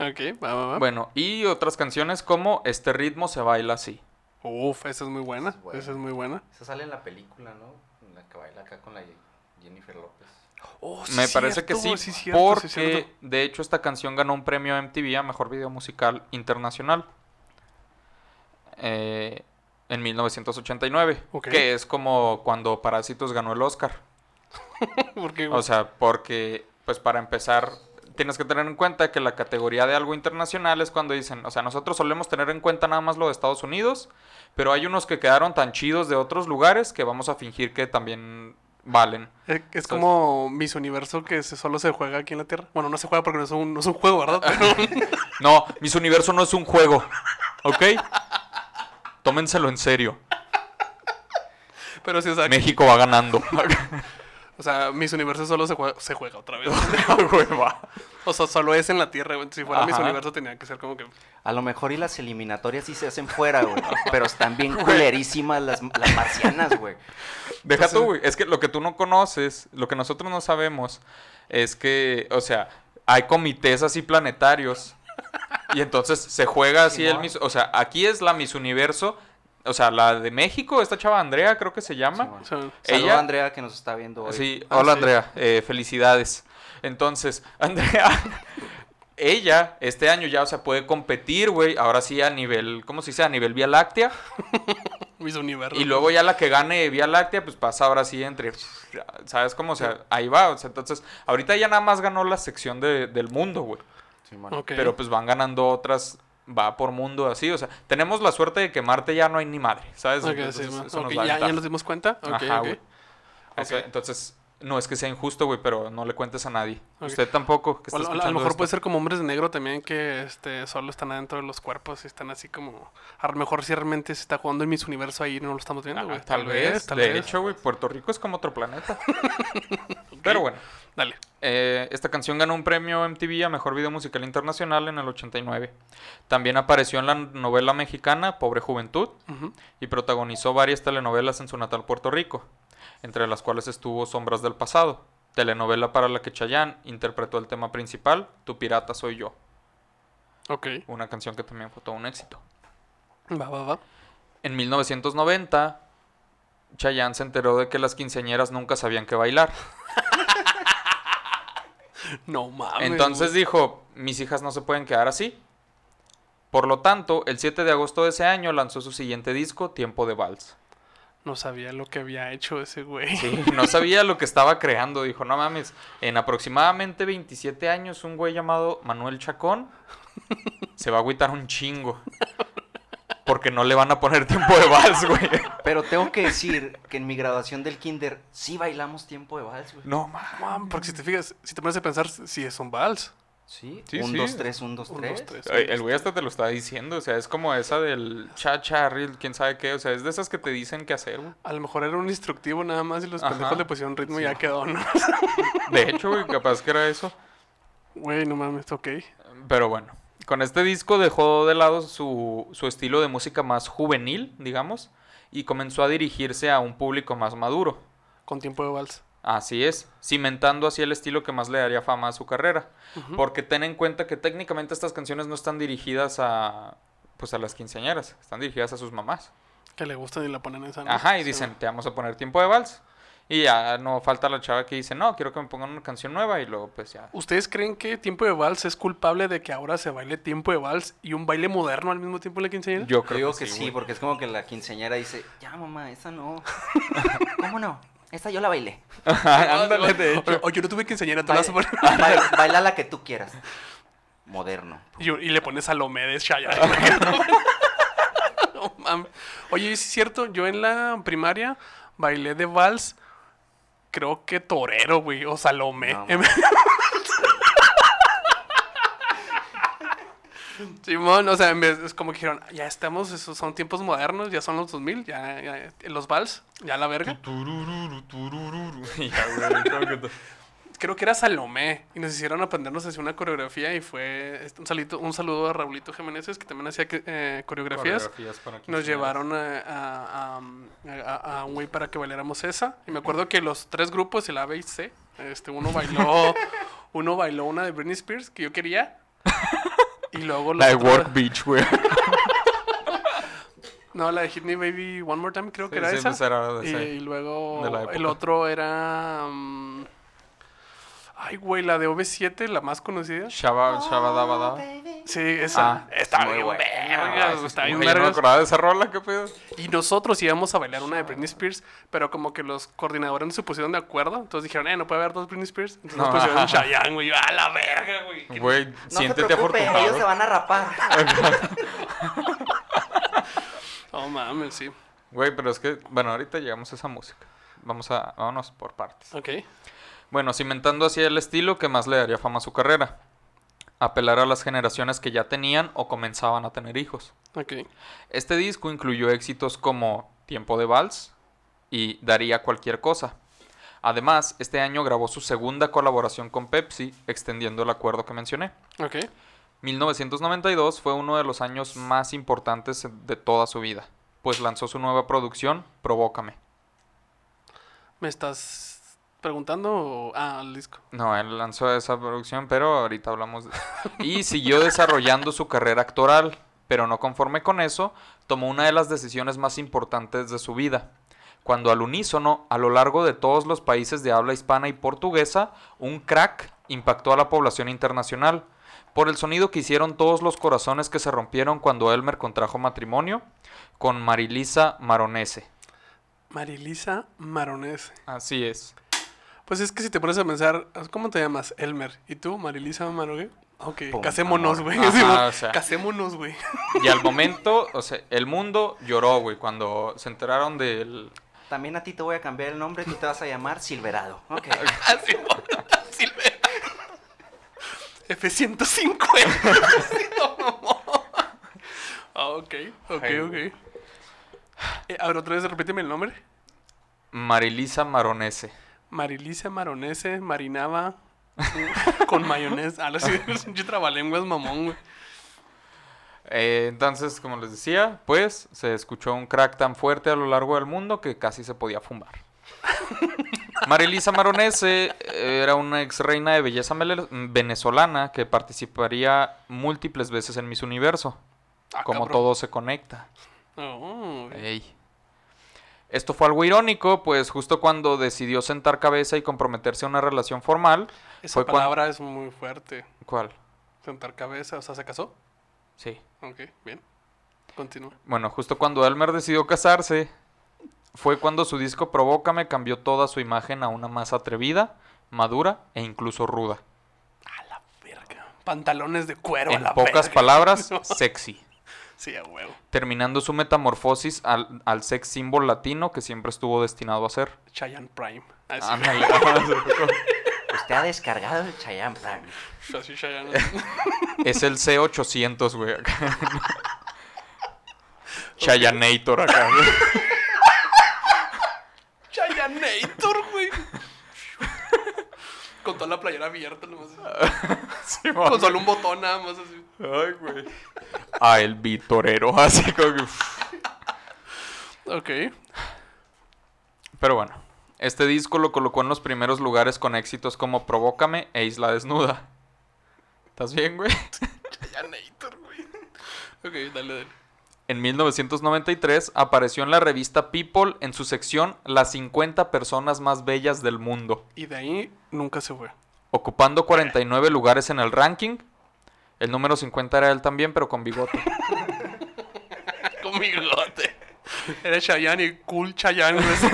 D: Ok, va, va, va.
E: Bueno, y otras canciones como Este ritmo se baila así.
D: Uf, esa es muy buena.
C: Es buena.
D: Esa es muy buena.
C: Esa sale en la película, ¿no? En la que baila acá con la Jennifer López.
D: Oh, sí
E: Me parece que
D: cierto,
E: sí,
D: cierto,
E: porque
D: cierto.
E: de hecho esta canción ganó un premio MTV a Mejor Video Musical Internacional eh, en 1989,
D: Ok.
E: que es como cuando Parásitos ganó el Oscar.
D: Porque,
E: O sea, porque, pues para empezar, tienes que tener en cuenta que la categoría de algo internacional es cuando dicen, o sea, nosotros solemos tener en cuenta nada más lo de Estados Unidos, pero hay unos que quedaron tan chidos de otros lugares que vamos a fingir que también valen.
D: es, es como Miss Universo que se- solo se juega aquí en la Tierra. Bueno, no se juega porque no es un, no es un juego, ¿verdad?
E: Ah.
D: Pero,
E: No, Miss Universo no es un juego. ¿Ok? Tómenselo en serio.
D: pero sí, o sea,
E: México va ganando.
D: o sea, Miss Universo solo se juega, se juega otra vez.
E: Hueva.
D: o sea, solo es en la Tierra. güey. Si fuera Miss
E: Ah, Ajá.
D: Universo tenía que ser como que...
C: A lo mejor y las eliminatorias sí se hacen fuera, güey. pero están bien culerísimas las, las marcianas, güey.
E: Deja tú,
D: Entonces-
E: güey. Es que lo que tú no conoces, lo que nosotros no sabemos, es que, o sea, hay comités así planetarios. Y entonces se juega así el Miss. O sea, aquí es la Miss Universo O sea, la de México, esta chava Andrea, creo que se llama.
C: Simón.
D: Sí.
C: Saludo
E: Ella-
C: a Andrea que nos está viendo hoy.
E: Sí,
D: Ah,
E: hola
D: sí.
E: Andrea, eh, felicidades. Entonces, Andrea, ella este año ya, o sea, puede competir, güey, ahora sí a nivel, ¿cómo se dice? A nivel Vía Láctea.
D: Miss Universo.
E: Y luego ya la que gane Vía Láctea, pues pasa ahora sí entre, ¿sabes cómo? O sea, ahí va. O sea, entonces, ahorita ya nada más ganó la sección de- del mundo, güey.
C: Simón.
D: Ok.
E: Pero pues van ganando otras, va por mundo así. O sea, tenemos la suerte de que Marte ya no hay ni madre, ¿sabes?
D: Ok,
E: pues, Entonces,
D: sí, ma.
E: eso
D: Ok,
E: nos da
D: ya, ya
E: ventaja.
D: nos dimos cuenta. Ok,
E: Ajá,
D: ok.
E: güey. Eso-
D: Ok.
E: Entonces, no es que sea injusto, güey, pero no le cuentes a nadie.
D: Ok.
E: Usted tampoco. Que
D: O
E: está
D: a lo- a lo
E: escuchando
D: mejor
E: esto.
D: puede ser como hombres de negro también que este solo están adentro de los cuerpos y están así como a lo mejor si realmente se está jugando en mis universo ahí y no lo estamos viendo,
E: Ah,
D: güey.
E: tal, vez. de hecho, güey, Puerto Rico es como otro planeta. Pero bueno,
D: Dale.
E: eh, esta canción ganó un premio MTV a Mejor Video Musical Internacional en el 89. También apareció en la novela mexicana Pobre Juventud
D: Ujú.
E: y protagonizó varias telenovelas en su natal Puerto Rico, entre las cuales estuvo Sombras del Pasado, telenovela para la que Chayanne interpretó el tema principal, Tu pirata soy yo.
D: Ok.
E: una canción que también fue todo un éxito.
D: Va, va, va.
E: En 1990, Chayanne se enteró de que las quinceañeras nunca sabían qué bailar.
D: No mames.
E: Entonces dijo, mis hijas no se pueden quedar así. Por lo tanto, el 7 de agosto de ese año lanzó su siguiente disco, Tiempo de Vals.
D: güey. no sabía lo que había hecho ese güey.
E: Sí, no sabía lo que estaba creando, dijo, no mames, en aproximadamente 27 años un güey llamado Manuel Chacón se va a agüitar un chingo. Porque no le van a poner tiempo de vals, güey.
C: Pero tengo que decir que en mi graduación del kinder sí bailamos tiempo de vals, güey.
E: No mames.
D: Mam, porque si te fijas, si te pones a pensar, si es un vals.
C: Sí,
E: Sí,
C: un,
E: sí.
C: dos, tres, un, dos,
D: Un,
C: tres.
D: dos, tres.
E: Ay, el güey hasta te lo está diciendo, o sea, es como esa del cha cha, reel, quién sabe qué, o sea, es de esas que te dicen qué hacer, güey.
D: A lo mejor era un instructivo nada más y los
E: Ajá.
D: pendejos le pusieron ritmo y
E: Sí.
D: ya quedó, ¿no?
E: De hecho, güey, capaz que era eso.
D: Güey, no mames, ok.
E: Pero bueno, con este disco dejó de lado su, su estilo de música más juvenil, digamos, y comenzó a dirigirse a un público más maduro.
D: Con tiempo de vals.
E: Así es, cimentando así el estilo que más le daría fama a su carrera. Porque ten en cuenta que técnicamente estas canciones no están dirigidas a, pues, a las quinceañeras, están dirigidas a sus mamás.
D: Que le gustan y la ponen en esa. ¿no?
E: Ajá, y
D: Sí.
E: dicen, te vamos a poner tiempo de vals. Y ya no falta la chava que dice, no, quiero que me pongan una canción nueva. Y luego, pues ya.
D: ¿Ustedes creen que Tiempo de Vals es culpable de que ahora se baile Tiempo de Vals y un baile moderno al mismo tiempo en la quinceañera?
E: Yo
C: Yo
E: creo
C: digo
E: que,
C: que sí,
E: güey.
C: porque es como que la quinceañera dice, ya mamá, esa no. ¿Cómo no? Esa yo la bailé.
E: Ajá, Ándale, de
D: O-
E: hecho.
D: O, yo no tuve quinceañera, tú la
C: Baila,
D: vas a poner.
C: baila- baila la que tú quieras. Moderno.
D: Y, y le pones Salomé de Shaya. No mames. Oye, sí es cierto, yo en la primaria bailé de Vals, creo que Torero, güey, o Salomé.
C: No,
D: Simón, o sea, en vez- es como que dijeron, ya estamos, esos son tiempos modernos, ya son los 2000, ya, ya los vals, ya la verga.
E: Turururu, turururu. Y ya, güey, creo que to-
D: Creo que era Salomé y nos hicieron aprendernos a hacer una coreografía y fue este, un, salito, un saludo a Raulito Jiménez que también hacía que- eh, coreografías.
E: Coreografías para
D: Nos
E: quinceañeras.
D: llevaron a, a- a- a- a un güey para que bailáramos esa. Y me acuerdo que los tres grupos, el A, B y C, este, uno bailó, uno bailó una de Britney Spears que yo quería. Y luego los
E: La de
D: otros-
E: Work Beach, güey.
D: No, la de Hit Me Baby One More Time creo que era
E: Sí,
D: esa.
E: pues, era de
D: y,
E: esa.
D: y luego
E: de la
D: el
E: época.
D: otro era... mm, ay, güey, la de OV7, la más conocida.
E: Shaba, Shaba Daba Daba.
D: Sí, esa.
E: Ah,
D: estaba
C: muy
D: bien
C: buena.
D: verga,
E: Ah,
D: estaba bien
E: güey, yo no me
D: vergas.
E: acordaba de esa rola, qué pedo.
D: Y nosotros íbamos a bailar una de Britney Spears, pero como que los coordinadores no se pusieron de acuerdo. Entonces dijeron, eh, no puede haber dos Britney Spears. Entonces nos
E: No.
D: pusieron Chayanne, güey. A la verga, güey. Que-
E: Güey,
C: No
E: siéntete
C: se preocupe, ellos se
E: afortunado.
C: van a rapar.
D: No Oh, mames, sí.
E: Güey, pero es que, bueno, ahorita llegamos a esa música. Vamos a, vámonos por partes.
D: Ok.
E: Bueno, cimentando así el estilo que más le daría fama a su carrera. Apelar a las generaciones que ya tenían o comenzaban a tener hijos.
D: Ok.
E: Este disco incluyó éxitos como Tiempo de Vals y Daría cualquier cosa. Además, este año grabó su segunda colaboración con Pepsi, extendiendo el acuerdo que mencioné.
D: Ok.
E: 1992 fue uno de los años más importantes de toda su vida, pues lanzó su nueva producción, Provócame.
D: ¿Me estás preguntando? o- Ah, el disco.
E: No, él lanzó esa producción, pero ahorita hablamos de... Y siguió desarrollando su carrera actoral, pero no conforme con eso, tomó una de las decisiones más importantes de su vida. Cuando al unísono, a lo largo de todos los países de habla hispana y portuguesa, un crack impactó a la población internacional. Por el sonido que hicieron todos los corazones que se rompieron cuando Elmer contrajo matrimonio con Marilisa Maronese.
D: Marilisa Maronese.
E: Así es.
D: Pues es que si te pones a pensar, ¿cómo te llamas? Elmer. ¿Y tú, Marilisa Maronese? Ok,
C: Pum,
D: casémonos,
C: amor.
D: güey.
E: Ajá,
D: Simón,
E: o sea.
D: Casémonos, güey.
E: Y al momento, o sea, el mundo lloró, güey, cuando se enteraron del...
C: También a ti te voy a cambiar el nombre, tú te vas a llamar Silverado. Ok.
D: F-150. Sí, no, mamón. Ah, ok, ok,
E: Ay,
D: ok.
E: güey.
D: Eh, a ver, otra vez, repíteme el nombre.
E: Marilisa Maronese.
D: Marilisa Maronese, marinaba uh, con mayonesa. A la yo trabalenguas, mamón, güey.
E: Eh, entonces, como les decía, pues se escuchó un crack tan fuerte a lo largo del mundo que casi se podía fumar. Marilisa Maronese eh, era una ex reina de belleza mele- venezolana que participaría múltiples veces en Miss Universo.
D: Ah,
E: como
D: cabrón.
E: todo Eh, se conecta.
D: Oh, güey.
E: Ey. Esto fue algo irónico, pues justo cuando decidió sentar cabeza y comprometerse a una relación formal.
D: Esa
E: fue cuan-
D: palabra es muy fuerte.
E: ¿Cuál?
D: Sentar cabeza, o sea, se casó.
E: Sí.
D: Ok, bien. Continúa.
E: Bueno, justo cuando Elmer decidió casarse, fue cuando su disco Provócame cambió toda su imagen a una más atrevida, madura e incluso ruda.
D: Verga. Pantalones de cuero a
E: en
D: la
E: pocas
D: verga.
E: palabras,
D: No.
E: sexy.
D: Sí, a huevo.
E: Terminando su metamorfosis al, al sex symbol latino que siempre estuvo destinado a ser.
D: Chayanne Prime. Ah, sí.
E: Ándale.
C: Usted ha descargado el Chayanne Prime.
D: Así Chayanne.
E: es el C800, güey. acá. Chayanator acá. güey.
D: Chayanator, güey. Con toda la playera abierta, nomás.
E: Sí,
D: Con
E: mames.
D: solo un botón, nada más así.
E: Ay, güey. A Ah, el Vitorero, así como que-
D: Ok.
E: Pero bueno, este disco lo colocó en los primeros lugares con éxitos como Provócame e Isla Desnuda. ¿Estás bien, güey?
D: Chayanator, güey. Ok, dale, dale.
E: En 1993 apareció en la revista People en su sección Las 50 personas más bellas del mundo,
D: Y de ahí nunca se fue.
E: ocupando 49 lugares en el ranking. El número 50 era él también, pero con bigote.
D: Con bigote. Era Chayanne y cool Chayanne, güey. así.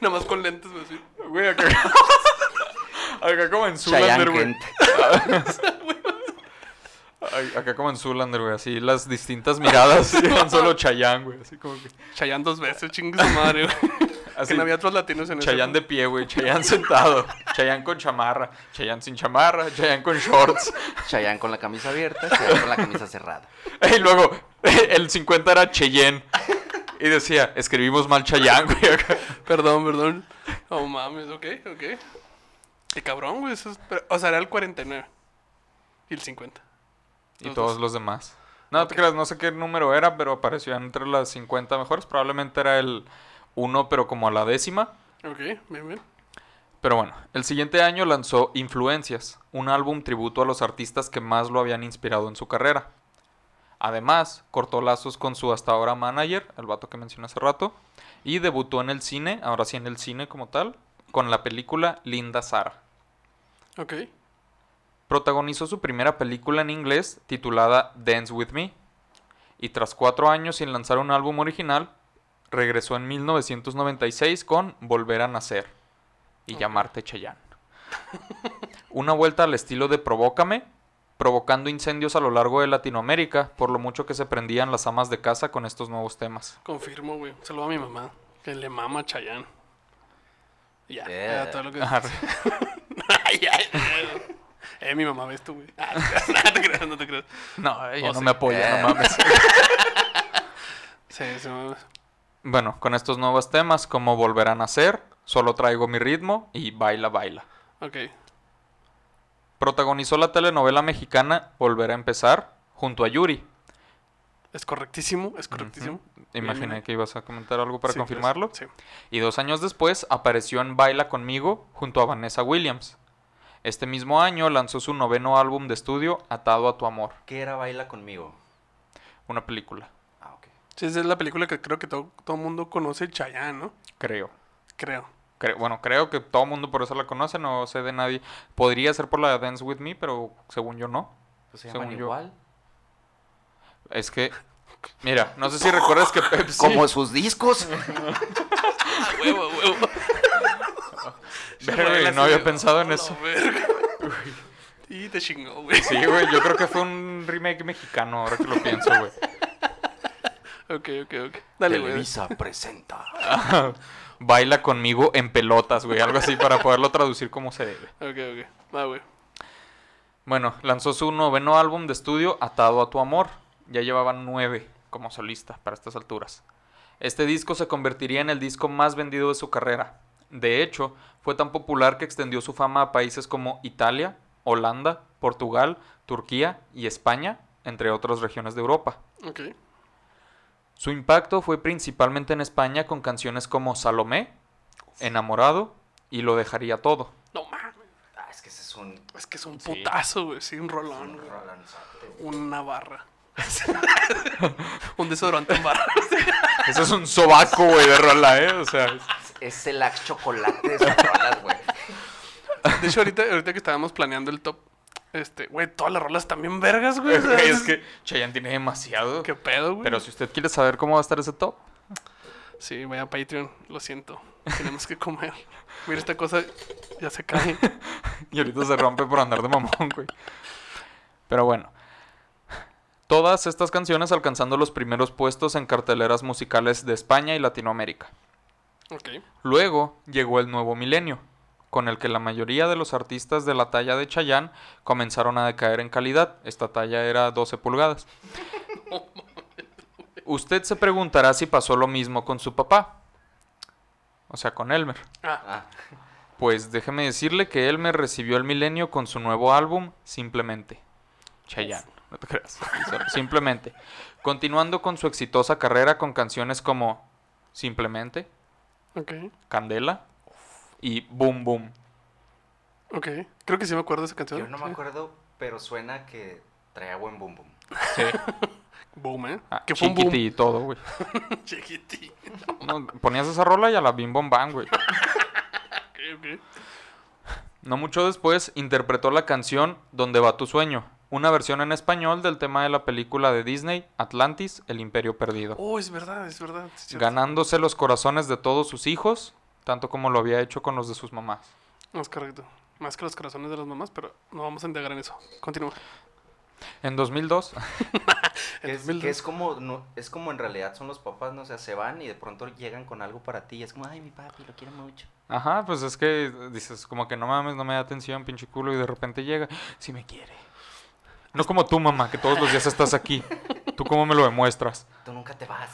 D: Nada más con lentes, güey. así.
E: Güey, acá, acá como en
C: Chayanne
E: Zoolander, güey.
C: Kent.
E: Ay, Acá como en Zoolander, güey. Así las distintas miradas. eran solo Chayán, güey. Así como que.
D: Chayanne dos veces, chingue su madre, güey.
E: Así,
D: Que no había otros latinos en ese-
E: Chayán de pie, güey. Chayán sentado. Chayán con chamarra. Chayán sin chamarra. Chayán con shorts.
C: Chayanne con la camisa abierta, Chayanne con la camisa cerrada.
E: Y luego, el 50 era Cheyenne. Y decía, escribimos mal Chayán, güey. acá.
D: Perdón, perdón. Oh, mames, ok, ok. Qué cabrón, güey. eso es- pero- o sea, era el 49. Y el 50.
E: Y todos los demás. No te creas, no sé qué número era, pero apareció entre las 50 mejores. Probablemente era el 1, pero como a la décima.
D: Ok, bien, bien.
E: Pero bueno, el siguiente año lanzó Influencias, un álbum tributo a los artistas que más lo habían inspirado en su carrera. Además, cortó lazos con su hasta ahora manager, el vato que mencioné hace rato, y debutó en el cine, ahora sí en el cine como tal, con la película Linda Sara.
D: Ok.
E: Protagonizó su primera película en inglés titulada Dance With Me, y tras cuatro años sin lanzar un álbum original, regresó en 1996 con Volver a Nacer y Llamarte Cheyenne. Una vuelta al estilo de Provócame, provocando incendios a lo largo de Latinoamérica, por lo mucho que se prendían las amas de casa con estos nuevos temas.
D: Confirmo, güey. Saludo a mi mamá. Que le mama a Chayanne. Ya,
C: Yeah.
D: era todo lo que...
E: Arre.
D: Ay, ay, ay. Eh, mi mamá ve esto, güey. Ah, no te creas, no te creas.
E: No, ella
D: Oh,
E: no
D: sí.
E: me apoya,
C: Eh.
E: no mames.
D: Sí, sí, mamá.
E: Bueno, con estos nuevos temas como Volver a Nacer, Solo Traigo Mi Ritmo y Baila Baila.
D: Ok.
E: Protagonizó la telenovela mexicana Volver a Empezar junto a Yuri.
D: Es correctísimo, es correctísimo. Bien,
E: Imaginé
D: bien.
E: que ibas a comentar algo para
D: Sí,
E: confirmarlo.
D: pues, sí.
E: Y dos años después apareció en Baila conmigo junto a Vanessa Williams. Este mismo año lanzó su noveno álbum de estudio, Atado a tu amor,
C: ¿Qué era Baila conmigo?
E: una película,
C: Ah, ok.
D: Sí, esa es la película que creo que todo todo mundo conoce, Chayanne, ¿no?
E: creo.
D: Creo.
E: Cre- bueno, creo que todo el mundo por eso la conoce, no sé de nadie. Podría ser por la de Dance With Me, pero según yo no.
C: Pues se llaman
E: Según yo.
C: igual.
E: Es que, mira, no sé si recuerdas que Pepsi...
C: sus discos.
F: huevo, huevo.
E: Verga, güey, no había pensado en
F: A la
E: eso.
F: verga.
D: Y te chingó, güey.
E: Sí, güey, yo creo que fue un remake mexicano, ahora que lo pienso, güey.
D: Ok, ok, ok. Dale, güey.
C: Televisa presenta.
E: Baila conmigo en pelotas, güey, algo así para poderlo traducir como se debe.
D: Ok, ok. Va, güey.
E: Bueno, lanzó su noveno álbum de estudio, Atado a tu amor. Ya llevaba nueve como solista para estas alturas. Este disco se convertiría en el disco más vendido de su carrera. De hecho, fue tan popular que extendió su fama a países como Italia, Holanda, Portugal, Turquía y España, entre otras regiones de Europa.
D: Ok.
E: Su impacto fue principalmente en España con canciones como Salomé, Enamorado y Lo dejaría todo.
D: No mames.
C: Ah, es que ese es un.
D: Es que es un putazo, güey. Sí, un rolón,
C: un
D: güey.
C: rolanzote.
D: Una barra. un desodorante en barra.
E: Eso es un sobaco, güey, de rola, ¿eh? O sea, es-
C: Es el ax chocolate de sus rolas, güey.
D: De hecho, ahorita, ahorita que estábamos planeando el top, este, güey, todas las rolas están bien vergas, güey. o sea,
E: Güey, es que Chayanne tiene demasiado.
D: ¿Qué pedo, güey?
E: Pero si usted quiere saber cómo va a estar ese top,
D: Sí, vaya a Patreon, lo siento. Tenemos que comer. Mira, esta cosa ya se cae.
E: y ahorita se rompe por andar de mamón, güey. Pero bueno. Todas estas canciones alcanzando los primeros puestos en carteleras musicales de España y Latinoamérica.
D: Ok.
E: Luego llegó el nuevo milenio, con el que la mayoría de los artistas de la talla de Chayanne comenzaron a decaer en calidad. Esta talla era 12 pulgadas. Usted se preguntará si pasó lo mismo con su papá, o sea, con Elmer.
D: Ah,
C: Ah,
E: Pues déjeme decirle que Elmer recibió el milenio con su nuevo álbum, Simplemente. Chayanne, no te creas. Simplemente. Continuando con su exitosa carrera con canciones como Simplemente,
D: ok.
E: Candela y Boom Boom.
D: Ok. Creo que sí me acuerdo de esa canción.
C: yo no
D: Sí.
C: me acuerdo, pero suena que traía buen boom boom.
D: Boom, ¿eh?
E: Ah,
D: que fue un
E: Chiquiti
D: boom.
E: y todo, güey.
D: Chiquiti.
E: No, ponías esa rola y a la Bim Bom Bam, güey.
D: Ok, ok.
E: No mucho después interpretó la canción Donde va tu sueño, una versión en español del tema de la película de Disney, Atlantis, El Imperio Perdido.
D: Oh, es verdad, es verdad. sí es cierto.
E: ganándose los corazones de todos sus hijos, tanto como lo había hecho con los de sus mamás.
D: No, es correcto. Más que los corazones de las mamás, pero no vamos a indagar en eso. Continúa.
E: En 2002,
D: En
C: Que es,
D: 2002.
C: que es como no, es como en realidad son los papás, no o sea, se van y de pronto llegan con algo para ti y es como, ay, mi papi, lo quiero mucho.
E: ajá, pues es que dices como que no mames, no me da atención, pinche culo, y de repente llega, si me quiere. No como tú, mamá, que todos los días estás aquí. ¿Tú cómo me lo demuestras?
C: Tú nunca te vas.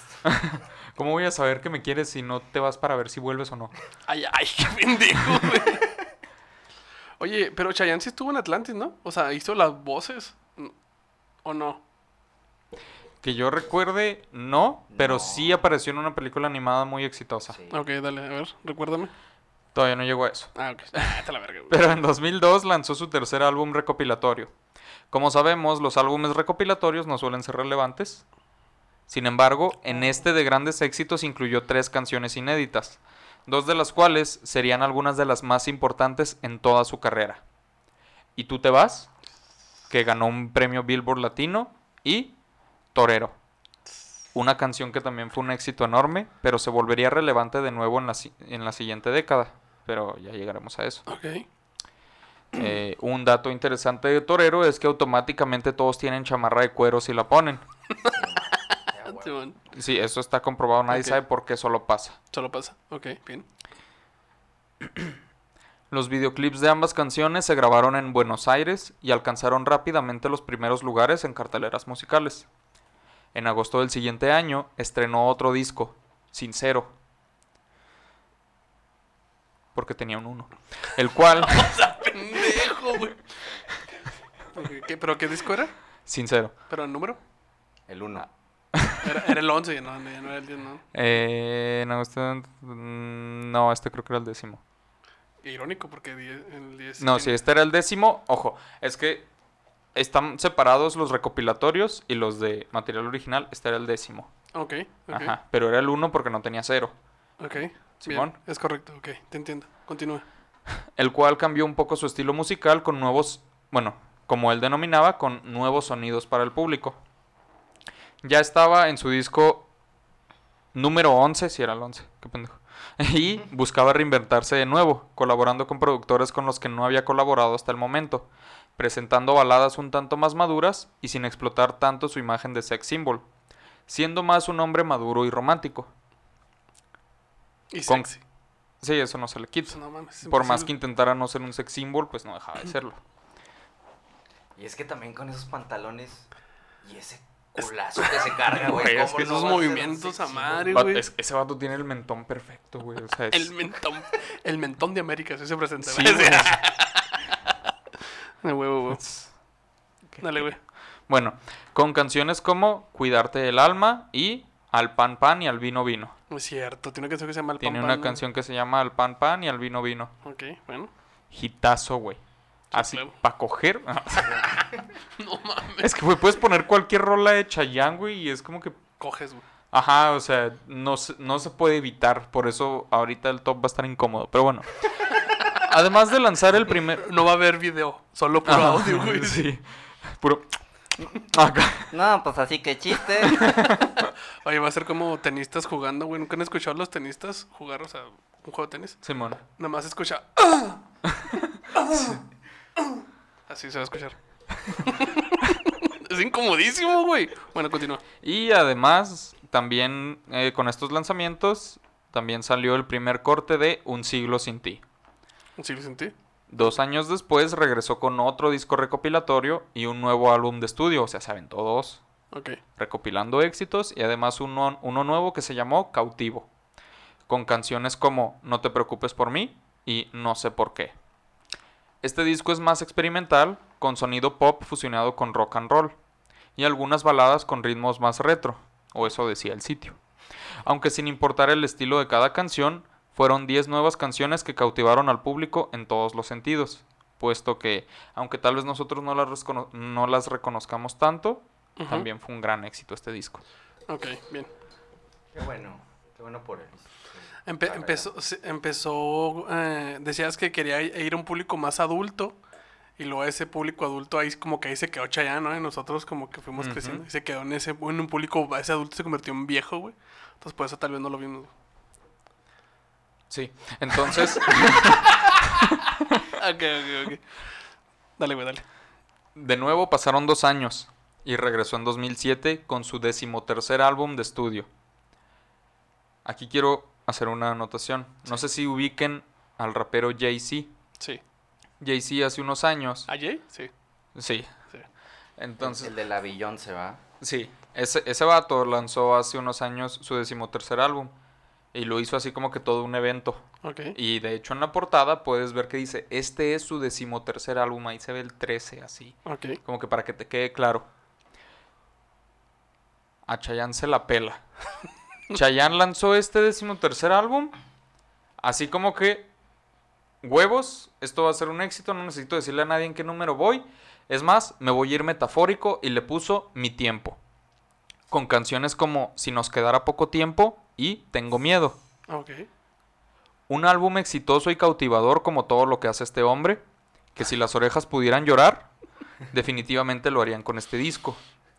E: ¿Cómo voy a saber que me quieres si no te vas para ver si vuelves o no?
D: Ay, ay, qué pendejo, güey. Oye, pero Chayanne sí estuvo en Atlantis, ¿no? O sea, hizo las voces. ¿O no?
E: Que yo recuerde, no, pero
C: No.
E: sí apareció en una película animada muy exitosa.
C: Sí.
D: Ok, dale, a ver, recuérdame.
E: Todavía no llegó a eso.
D: Ah, ok. Ah, está la verga, güey.
E: Pero en 2002 lanzó su tercer álbum recopilatorio. Como sabemos, los álbumes recopilatorios no suelen ser relevantes. Sin embargo, en este de grandes éxitos incluyó tres canciones inéditas, dos de las cuales serían algunas de las más importantes en toda su carrera. ¿Y tú te vas? Que ganó un premio Billboard Latino y Torero. Una canción que también fue un éxito enorme, pero se volvería relevante de nuevo en la, si- en la siguiente década. Pero ya llegaremos a eso.
D: Ok.
E: Eh, un dato interesante de Torero es que automáticamente todos tienen chamarra de cuero si la ponen.
C: Ya, güey.
D: Simón,
E: Sí, eso está comprobado, nadie
D: Ok.
E: sabe por qué solo pasa.
D: Solo pasa. Ok, bien.
E: Los videoclips de ambas canciones se grabaron en Buenos Aires y alcanzaron rápidamente los primeros lugares en carteleras musicales. En agosto del siguiente año estrenó otro disco, Sincero. Porque tenía un uno. El cual,
D: Pendejo, güey. Ok, ¿qué- ¿Pero qué disco era?
E: sincero,
D: ¿Pero el número?
C: El uno.
D: Era, era el 11, ya no, ya no era el 10, no.
E: Eh, en agosto. mm, No, este creo que era el décimo.
D: Irónico, porque die- el 10.
E: No, si
D: tiene-
E: este era el décimo, ojo, es que están separados los recopilatorios y los de material original, este era el décimo.
D: Ok, ok.
E: Ajá, pero era el uno porque no tenía cero,
D: ok, bien,
E: Simón.
D: es correcto, ok, te entiendo. Continúa.
E: el cual cambió un poco su estilo musical con nuevos, bueno, como él denominaba, con nuevos sonidos para el público. Ya estaba en su disco número 11, si era el 11, qué pendejo. Y buscaba reinventarse de nuevo, colaborando con productores con los que no había colaborado hasta el momento, presentando baladas un tanto más maduras y sin explotar tanto su imagen de sex symbol, siendo más un hombre maduro y romántico.
D: Y
E: Con-
D: sexy.
E: Sí, eso no se le quita.
D: Pues no mames. es
E: Por más que
D: imposible.
E: intentara no ser un sex symbol, pues no dejaba de serlo.
C: Y es que también con esos pantalones y ese culazo que se carga, güey.
E: Güey, es
C: ¿cómo
E: que
C: no
D: esos
C: va a ser
D: movimientos a
C: sexy, güey?
D: madre,
E: Va-
D: güey.
E: es- ese vato tiene el mentón perfecto, güey. O sea, es-
D: El mentón, el mentón de América, así se presenta.
E: Sí,
D: güey.
E: güey.
D: De huevo, güey. Dale, güey.
E: Bueno, con canciones como Cuidarte del alma y Al pan pan y al vino vino.
D: No es cierto, tiene una canción que se llama El
E: Tiene
D: Pan
E: una
D: Pan, ¿no?
E: canción que se llama Al pan pan y al vino vino.
D: Ok, bueno.
E: Hitazo, güey. Así,
D: claro.
E: para coger.
F: No mames.
E: es que, güey, puedes poner cualquier rola de Chayanne, güey, y es como que.
D: Coges, güey.
E: Ajá, o sea, no se, no se puede evitar. Por eso ahorita el top va a estar incómodo. Pero bueno. Además de lanzar el primer.
D: No va a haber video, solo puro
E: Ajá,
D: audio, güey.
E: Ah, Sí. Puro. Acá.
C: No, pues así que chiste.
D: Oye, va a ser como tenistas jugando, güey. Nunca han escuchado a los tenistas jugar, o sea, un juego de tenis.
E: Simón.
D: Nada más se escucha. "Ah, ah". Así se va a escuchar. es incomodísimo, güey. Bueno, continúa.
E: Y además, también eh, con estos lanzamientos, también salió el primer corte de Un siglo sin ti.
D: Un siglo sin ti.
E: Dos años después regresó con otro disco recopilatorio y un nuevo álbum de estudio, o sea, se aventó dos,
D: Ok.
E: recopilando éxitos y además uno, uno nuevo que se llamó Cautivo, con canciones como No te preocupes por mí y No sé por qué. Este disco es más experimental, con sonido pop fusionado con rock and roll, y algunas baladas con ritmos más retro, o eso decía el sitio. Aunque sin importar el estilo de cada canción, fueron 10 nuevas canciones que cautivaron al público en todos los sentidos, puesto que, aunque tal vez nosotros no las, recono- no las reconozcamos tanto,
D: Ujú.
E: también fue un gran éxito este disco.
D: Ok, bien.
C: Qué bueno, qué bueno por él.
D: Empe- empezó, sí, empezó eh, decías que quería ir a un público más adulto y luego ese público adulto ahí como que ahí se quedó Chayanne, ¿no? Y nosotros como que fuimos
E: Ujú.
D: creciendo y se quedó en ese en un público, ese adulto se convirtió en viejo, güey. Entonces por eso tal vez no lo vimos. güey.
E: Sí, entonces,
D: Ok, ok, ok. Dale, güey, dale.
E: de nuevo pasaron dos años y regresó en 2007 con su decimotercer álbum de estudio. Aquí quiero hacer una anotación. No sé si ubiquen al rapero Jay-Z.
D: Sí.
E: Jay-Z hace unos años.
D: ¿A Jay? Sí.
E: Sí.
D: Sí.
E: Entonces,
C: El de la Billón se va.
E: sí, ese, ese vato lanzó hace unos años su decimotercer álbum y lo hizo así como que todo un evento.
D: Ok.
E: Y de hecho en la portada puedes ver que dice, este es su decimotercer álbum, ahí se ve el 13 así,
D: Ok.
E: como que para que te quede claro. A Chayanne se la pela. Chayanne lanzó este decimotercer álbum, así como que, huevos, esto va a ser un éxito, no necesito decirle a nadie en qué número voy. Es más, me voy a ir metafórico y le puso mi tiempo. Con canciones como Si nos quedara poco tiempo y Tengo miedo.
D: Ok.
E: Un álbum exitoso y cautivador como todo lo que hace este hombre, que si las orejas pudieran llorar, definitivamente lo harían con este disco,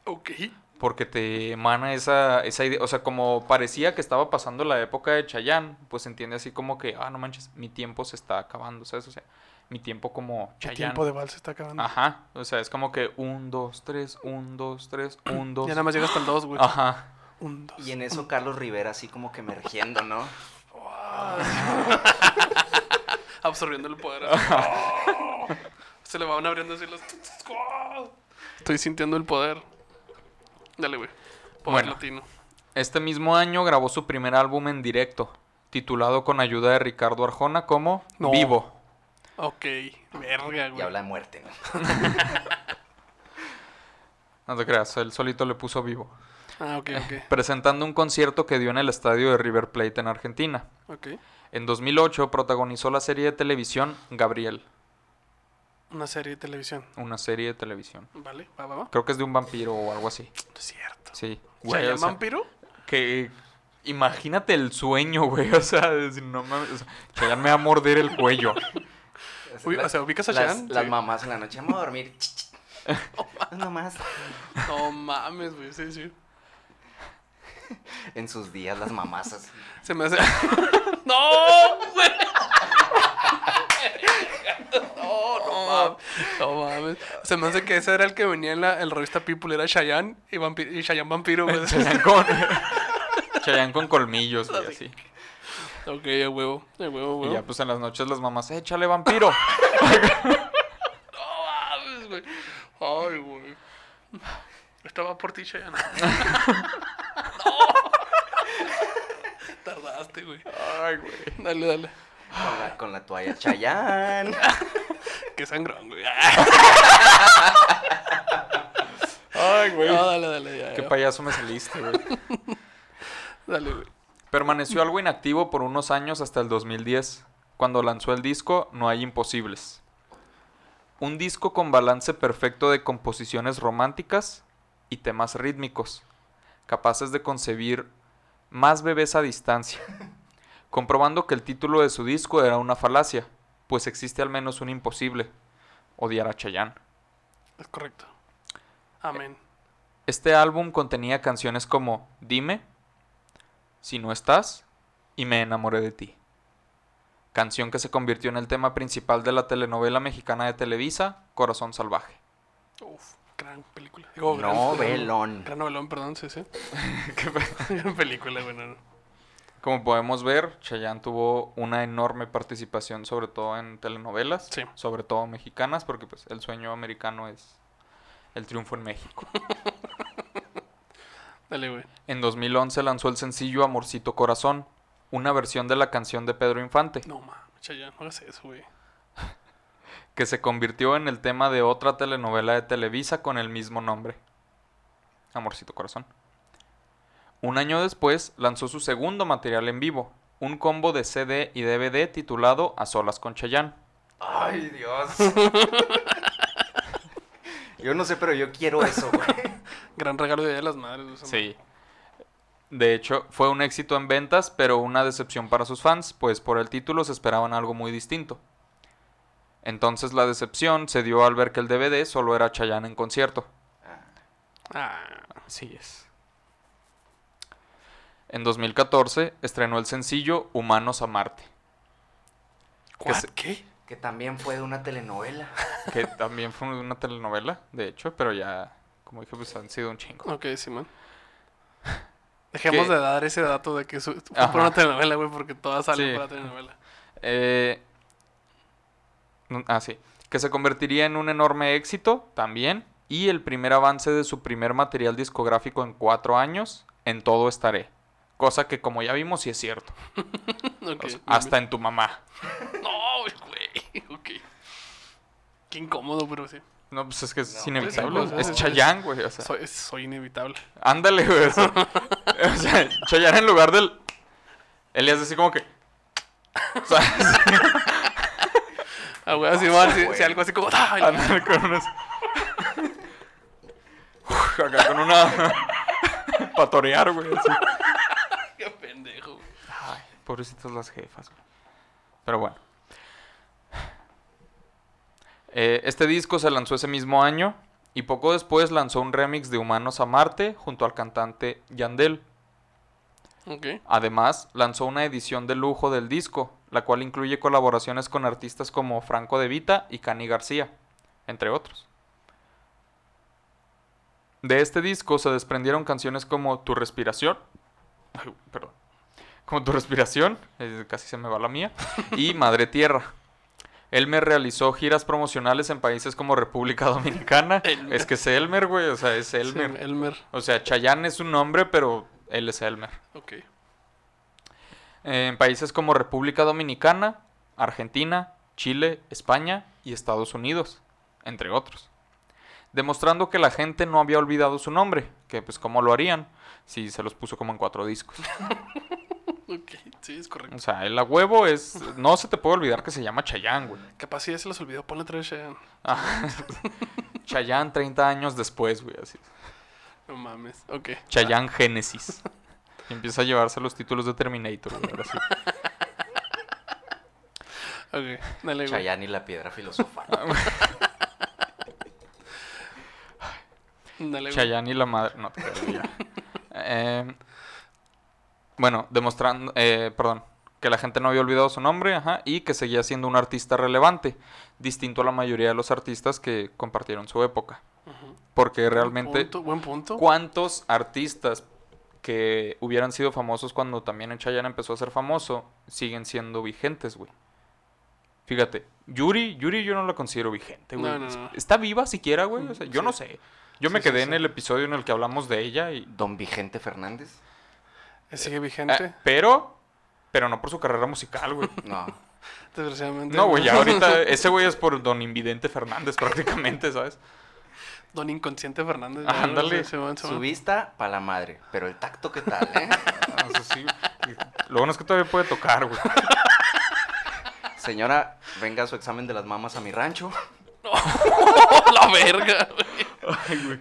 D: Ok.
E: porque te emana esa, esa idea, o sea, como parecía que estaba pasando la época de Chayanne, pues se entiende así como que, ah, no manches, mi tiempo se está acabando, ¿sabes? O sea, mi tiempo como
D: El
E: Chayanne. Ah,
D: tiempo de vals está acabando.
E: Ajá, o sea, es como que un, dos, tres, un, dos, tres, un, dos. Ah.
D: Ya nada más llega hasta el 2, güey.
E: Ajá.
D: Un, dos.
C: Y en eso Carlos Rivera así como que emergiendo, ¿no?
D: absorbiendo el poder. así. Se le van abriendo así los. Estoy sintiendo el poder. Dale, güey. Poder
E: Bueno.
D: latino.
E: Este mismo año grabó su primer álbum en directo, titulado con ayuda de Ricardo Arjona como
D: No.
E: Vivo.
D: Ok, verga,
C: Y
D: güey.
C: habla de muerte, ¿no?
E: No te creas, él solito le puso Vivo.
D: Ah, ok,
E: presentando un concierto que dio en el estadio de River Plate en Argentina.
D: ok. Ok.
E: En 2008 protagonizó la serie de televisión Gabriel,
D: Una serie de televisión.
E: una serie de televisión.
D: Vale, va, va, va.
E: Creo que es de un vampiro o algo así.
D: No es cierto.
E: Sí.
D: ¿Se
E: Güey, o
D: llama
E: sea,
D: vampiro?
E: que imagínate el sueño, güey, o sea, de decir, no mames, o sea, Chayanne me va a morder el cuello.
D: Uy, o sea, ¿ubicas a
C: las,
D: Chayanne?
C: las
D: Sí.
C: mamás en la noche, vamos a dormir. Nada más.
D: No mames, güey, sí, sí.
C: En sus días las mamás así.
D: Se me hace.
F: ¡No, güey! No, no mames.
D: No mames. Se me hace que ese era el que venía en la el revista People, era Chayanne y, vampi- y Chayanne Vampiro, güey.
E: Chayanne con Chayanne con colmillos, güey, así.
D: ok, a huevo, a huevo,
E: Y
D: huevo.
E: ya pues en las noches las mamás, "Échale vampiro."
D: No mames, güey. Ay, güey. Estaba por ti, Chayanne. no. Tardaste, güey.
E: Ay, güey.
D: Dale, dale.
C: Con la, con la toalla. Chayán.
D: Qué sangrón, güey.
E: Ay, güey.
D: No, dale, dale, ya.
E: Qué
D: ya.
E: payaso me saliste, güey.
D: Dale, güey.
E: Permaneció algo inactivo por unos años hasta el 2010, cuando lanzó el disco No hay imposibles. Un disco con balance perfecto de composiciones románticas y temas rítmicos, capaces de concebir más bebés a distancia, comprobando que el título de su disco era una falacia, pues existe al menos un imposible, odiar a Chayanne.
D: Es correcto. Amén.
E: Este álbum contenía canciones como Dime, Si no estás, y Me enamoré de ti. Canción que se convirtió en el tema principal de la telenovela mexicana de Televisa, Corazón Salvaje.
D: Uf, gran película. Digo, gran-
C: Novelón.
D: Gran novelón, perdón, sí, sí. gran película, güey, no, no.
E: Como podemos ver, Chayanne tuvo una enorme participación, sobre todo en telenovelas,
D: Sí.
E: sobre todo mexicanas, porque pues, el sueño americano es el triunfo en México.
D: Dale, güey.
E: En 2011 lanzó el sencillo Amorcito Corazón, una versión de la canción de Pedro Infante.
D: No mames, Chayanne, no hagas eso, güey.
E: que se convirtió en el tema de otra telenovela de Televisa con el mismo nombre. Amorcito Corazón. Un año después lanzó su segundo material en vivo, un combo de CD y DVD titulado A solas con Chayanne.
C: Ay, Dios. yo no sé, pero yo quiero eso, güey.
D: Gran regalo de Día de las Madres, güey. esa
E: Sí. De hecho, fue un éxito en ventas, pero una decepción para sus fans, pues por el título se esperaban algo muy distinto. Entonces la decepción se dio al ver que el DVD solo era Chayanne en concierto.
D: madre. Ah,
E: Así es. En 2014 estrenó el sencillo Humanos a Marte,
D: ¿Qué?
E: se-
D: ¿Qué?
C: Que también fue de una telenovela.
E: que también fue una telenovela, de hecho, pero ya, como dije, pues han sido un chingo.
D: Ok, Simón. Dejemos
E: ¿Qué?
D: de dar ese dato de que su- fue
E: Ajá.
D: por una telenovela, güey, porque todas salen
E: Sí.
D: por la telenovela.
E: Eh, no- ah, sí. Que se convertiría en un enorme éxito también y el primer avance de su primer material discográfico en cuatro años, En Todo Estaré. Cosa que como ya vimos sí es cierto.
D: Ok,
E: O sea,
D: muy
E: hasta en tu mamá.
D: bien. No, güey, ok. Qué incómodo, pero sí.
E: No, pues es que es
C: No,
E: inevitable.
D: pues, no,
E: es
D: es-
E: Chayanne, güey. O sea.
D: Soy, soy inevitable.
E: Ándale, güey. O sea, o sea, Chayanne en lugar del. Él le hace así como que. O sea,
D: Ah, güey, así mal, si,
C: güey?
D: si algo así como... ¡Ay, la-
E: ándale con unos. Uf, acá con una. Para torear, güey. así.
D: ¡Qué pendejo! güey.
E: Ay, pobrecitas las jefas, güey. Pero bueno. Eh, este disco se lanzó ese mismo año y poco después lanzó un remix de Humanos a Marte junto al cantante Yandel.
D: Ok,
E: Además, lanzó una edición de lujo del disco, la cual incluye colaboraciones con artistas como Franco De Vita y Cani García, entre otros. De este disco se desprendieron canciones como Tu respiración, Ay, perdón, como Tu respiración, eh, casi se me va la mía, y Madre Tierra. Elmer realizó giras promocionales en países como República Dominicana.
D: Elmer.
E: Es que es Elmer, güey, o sea, es
D: sí,
E: Elmer.
D: Elmer.
E: O sea, Chayanne es un nombre, pero él es Elmer.
D: Ok,
E: En países como República Dominicana, Argentina, Chile, España y Estados Unidos, entre otros. demostrando que la gente no había olvidado su nombre, que pues cómo lo harían si se los puso como en cuatro discos.
D: Ok, sí, es correcto.
E: O sea, el a huevo es... No se te puede olvidar que se llama Chayanne, güey.
D: Capaz si ya se los olvidó, ponle otra vez Chayanne.
E: Ah, Chayanne 30 años después, güey, así.
D: No mames. Ok.
E: Chayanne Génesis. Y empieza a llevarse los títulos de Terminator, güey, ahora sí.
D: Ok, dale, güey.
C: Chayanne y la piedra filosofal.
D: Dale, güey.
E: Chayanne y la madre. No, te creas, ya. Eh, bueno, demostrando. eh, perdón. Que la gente no había olvidado su nombre ajá, y que seguía siendo un artista relevante, distinto a la mayoría de los artistas que compartieron su época. Porque realmente,
D: Punto, buen punto.
E: ¿cuántos artistas que hubieran sido famosos cuando también en Chayanne empezó a ser famoso siguen siendo vigentes, güey? Fíjate, Yuri, Yuri yo no la considero vigente, güey.
D: No, no, no.
E: ¿Está viva siquiera, güey? O sea, yo
D: Sí.
E: no sé. Yo me
D: Sí, sí,
E: quedé en
D: sí.
E: el episodio en el que hablamos de ella y
C: Don Vigente Fernández.
D: Sigue vigente,
E: Ah, pero, pero no por su carrera musical, güey.
C: No.
D: desgraciadamente.
E: No, güey, ya ahorita ese güey es por Don Invidente Fernández prácticamente, ¿sabes?
D: Don Inconsciente Fernández.
E: Ah,
D: ya,
E: ándale.
D: se van, se van.
C: Su vista para la madre, pero el tacto qué tal, ¿eh?
E: O sea, sí. Lo bueno es que todavía puede tocar, güey.
C: Señora, venga a su examen de las mamas a mi rancho.
F: la verga, güey.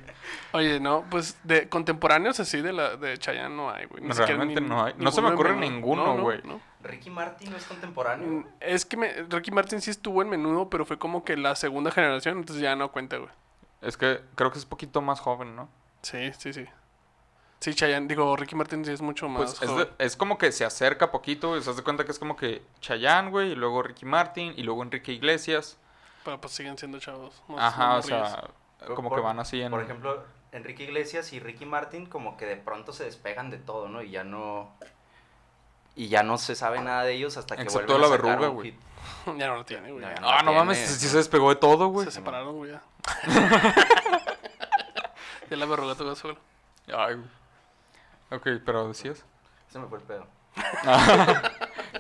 D: Oye, no, pues de contemporáneos así de la de Chayanne no hay, güey. Ni siquiera
E: Realmente
D: ni-
E: no hay. No se me
D: ninguno,
E: ocurre
D: menudo.
E: ninguno,
D: No, no,
E: güey.
D: no.
C: Ricky Martin no es
E: Mm,
C: contemporáneo.
D: Es que me, Ricky Martin sí estuvo en menudo, pero fue como que la segunda generación, entonces ya no cuenta, güey.
E: Es que creo que es poquito más joven, ¿no?
D: Sí, sí, sí. Sí, Chayanne, digo, Ricky Martin sí es mucho más.
E: Pues es,
D: joven.
E: de- es como que se acerca poquito, güey. Se hace cuenta que es como que Chayanne, güey, y luego Ricky Martin, y luego Enrique Iglesias.
D: Pero pues siguen siendo chavos. más-
E: Ajá, o
D: más morrillos.
E: sea, como que van así en...
C: Por ejemplo, Enrique Iglesias y Ricky Martin como que de pronto se despegan de todo, ¿no? Y ya no... Y ya no se sabe nada de ellos hasta que
E: Excepto
C: vuelven
E: la
C: a sacar
E: verruga,
C: un
E: güey.
C: hit.
D: Ya no lo tiene, güey.
C: No,
D: ya.
C: ya
E: Ah, no
C: tiene.
E: mames, sí se despegó de todo, güey.
D: Se separaron, güey. Ya, ya la verruga tocó solo.
E: Ay, güey. Ok, pero decías...
C: Se me fue el pedo.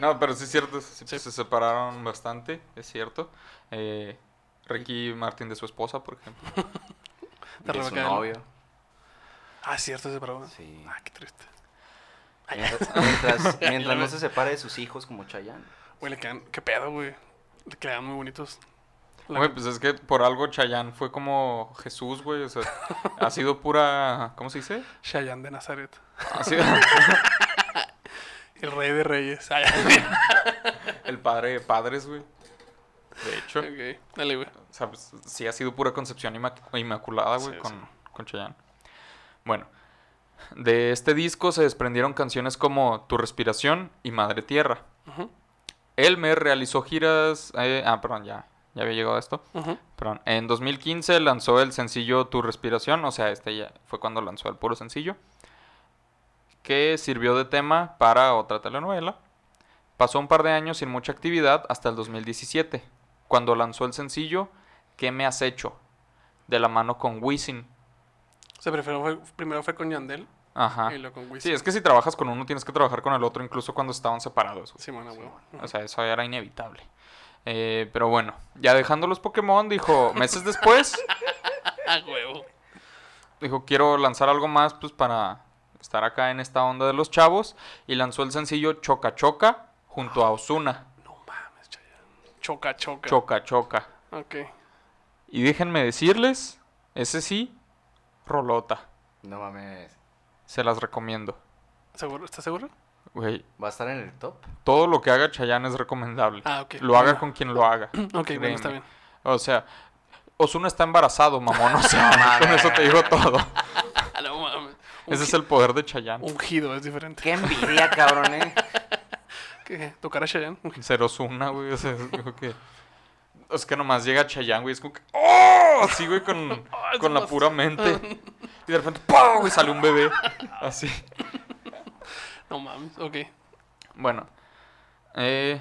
E: No, pero sí es cierto, sí, pues
D: Sí.
E: se separaron bastante, es cierto. Eh, Ricky Martin de su esposa, por ejemplo.
D: Te
C: De su
D: rebeca, ¿no?
C: novio.
D: Ah, cierto, se separó.
C: Sí.
D: Ah, qué triste.
C: Mientras, mientras- mientras no se separe de sus hijos como Chayanne.
D: Güey, le quedan. Qué pedo, güey. Le quedan muy bonitos. La-
E: Güey, pues es que por algo Chayanne fue como Jesús, güey. O sea, ha sido pura. ¿Cómo se dice?
D: Chayanne de Nazaret.
E: Ha sido
D: El rey de reyes. Ah, ya.
E: el padre de padres, güey. De hecho, o
D: ok, dale, güey.
E: sea, pues, sí ha sido pura concepción inmac- inmaculada, güey,
D: Sí,
E: con,
D: sí.
E: con Chayanne. Bueno, de este disco se desprendieron canciones como Tu respiración y Madre Tierra.
D: Ujú,
E: Elmer realizó giras. eh, ah, perdón, ya. Ya había llegado a esto.
D: ujú.
E: Perdón. En 2015 lanzó el sencillo Tu Respiración. O sea, este ya fue cuando lanzó el puro sencillo. Que sirvió de tema para otra telenovela. Pasó un par de años sin mucha actividad hasta el 2017. Cuando lanzó el sencillo ¿Qué me has hecho? De la mano con Wisin.
D: O sea, primero fue, primero fue con Yandel
E: Ajá.
D: y luego con Wisin.
E: Ah. Sí, es que si trabajas con uno tienes que trabajar con el otro incluso cuando estaban separados. güey.
D: Sí, bueno, güey.
E: O sea, eso era inevitable. Eh, pero bueno, ya dejando los Pokémon, dijo, meses después,
D: Ah, huevo.
E: dijo, quiero lanzar algo más, pues para estar acá en esta onda de los chavos. Y lanzó el sencillo Choca Choca junto a Osuna.
D: No mames, Chayanne. Choca, choca.
E: Choca Choca.
D: Ok.
E: Y déjenme decirles, ese sí, Rolota.
C: No mames.
E: Se las recomiendo.
D: ¿Seguro? ¿Estás seguro?
E: Güey,
C: ¿Va a estar en el top?
E: todo lo que haga Chayanne es recomendable.
D: Ah, ok.
E: Lo haga
D: Bueno.
E: con quien lo haga.
D: Ok, bueno, está
E: Mm. Créeme.
D: bien.
E: O sea, Osuna está embarazado, mamón. O sea, con eso te digo todo.
D: Ah, no mames.
E: Ese es el poder de Chayanne.
D: Ungido, es diferente.
C: ¡Qué envidia, cabrón, eh!
D: ¿Qué? ¿Tocar a Chayanne? Ungido.
E: Ser Ozuna, güey. O sea, es como que. Es que nomás llega Chayanne, güey. Es como que. ¡Oh! Así, güey, con,
D: eso
E: con la
D: pasó.
E: pura mente. Y de repente, ¡pum! güey, sale un bebé. Así.
D: No mames, ok.
E: Bueno. Eh,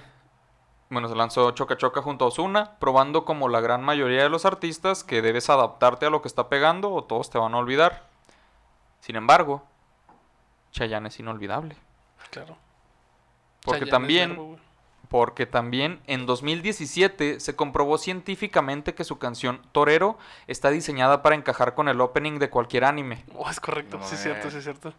E: bueno, se lanzó Choca Choca junto a Ozuna, probando como la gran mayoría de los artistas que debes adaptarte a lo que está pegando o todos te van a olvidar. Sin embargo, Chayanne es inolvidable.
D: Claro.
E: Porque
D: Chayanne es
E: también
D: verbo, güey.
E: Porque también en 2017 se comprobó científicamente que su canción Torero está diseñada para encajar con el opening de cualquier anime.
D: Oh, es correcto,
C: No
D: sí es cierto,
C: mames.
D: sí es cierto.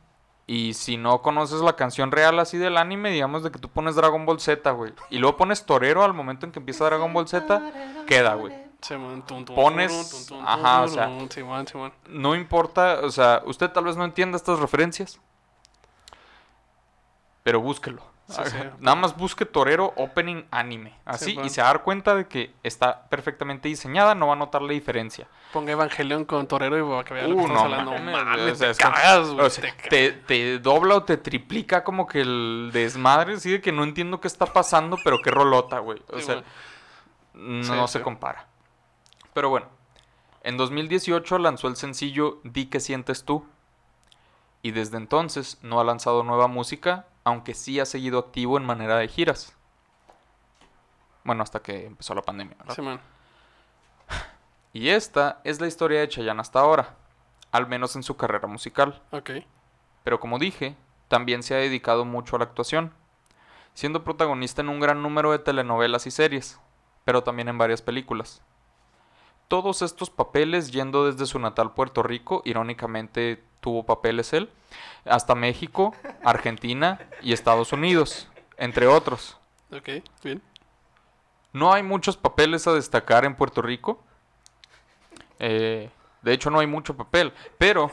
E: Y si no conoces la canción real así del anime, digamos de que tú pones Dragon Ball Z, güey. Y luego pones Torero al momento en que empieza Dragon Ball Z, queda, güey.
D: Simón, tun, tun,
E: Pones-
D: turun, tun, tun,
E: ajá, o sea.
D: turun, Simón, Simón.
E: No importa, o sea, usted tal vez no entienda estas referencias. Pero búsquelo.
D: Sí, sí.
E: Nada más busque Torero Opening Anime. Así,
D: Sí, va.
E: y se va a dar cuenta de que está perfectamente diseñada, no va a notar la diferencia.
D: Ponga Evangelion con Torero y va que vea lo que
E: Uh,
D: estamos hablando. No
E: mames,
D: mames,
E: o sea,
D: te
E: es que-
D: cagas, güey.
E: o sea,
D: te ca-
E: te, te dobla o te triplica como que el desmadre, así de que no entiendo qué está pasando, pero qué rolota, güey. O
D: Sí,
E: sea,
D: güey.
E: no,
D: Sí,
E: Mm, no
D: sí.
E: se compara. Pero bueno, en 2018 lanzó el sencillo Di que sientes tú. Y desde entonces no ha lanzado nueva música, aunque sí ha seguido activo en manera de giras. Bueno, hasta que empezó la pandemia, ¿verdad?
D: Simón.
E: Y esta es la historia de Chayanne hasta ahora, al menos en su carrera musical.
D: Ok.
E: Pero como dije, también se ha dedicado mucho a la actuación, siendo protagonista en un gran número de telenovelas y series, pero también en varias películas. Todos estos papeles yendo desde su natal Puerto Rico, irónicamente tuvo papeles él, hasta México, Argentina y Estados Unidos, entre otros.
D: Ok, bien.
E: No hay muchos papeles a destacar en Puerto Rico. Eh, de hecho, no hay mucho papel. Pero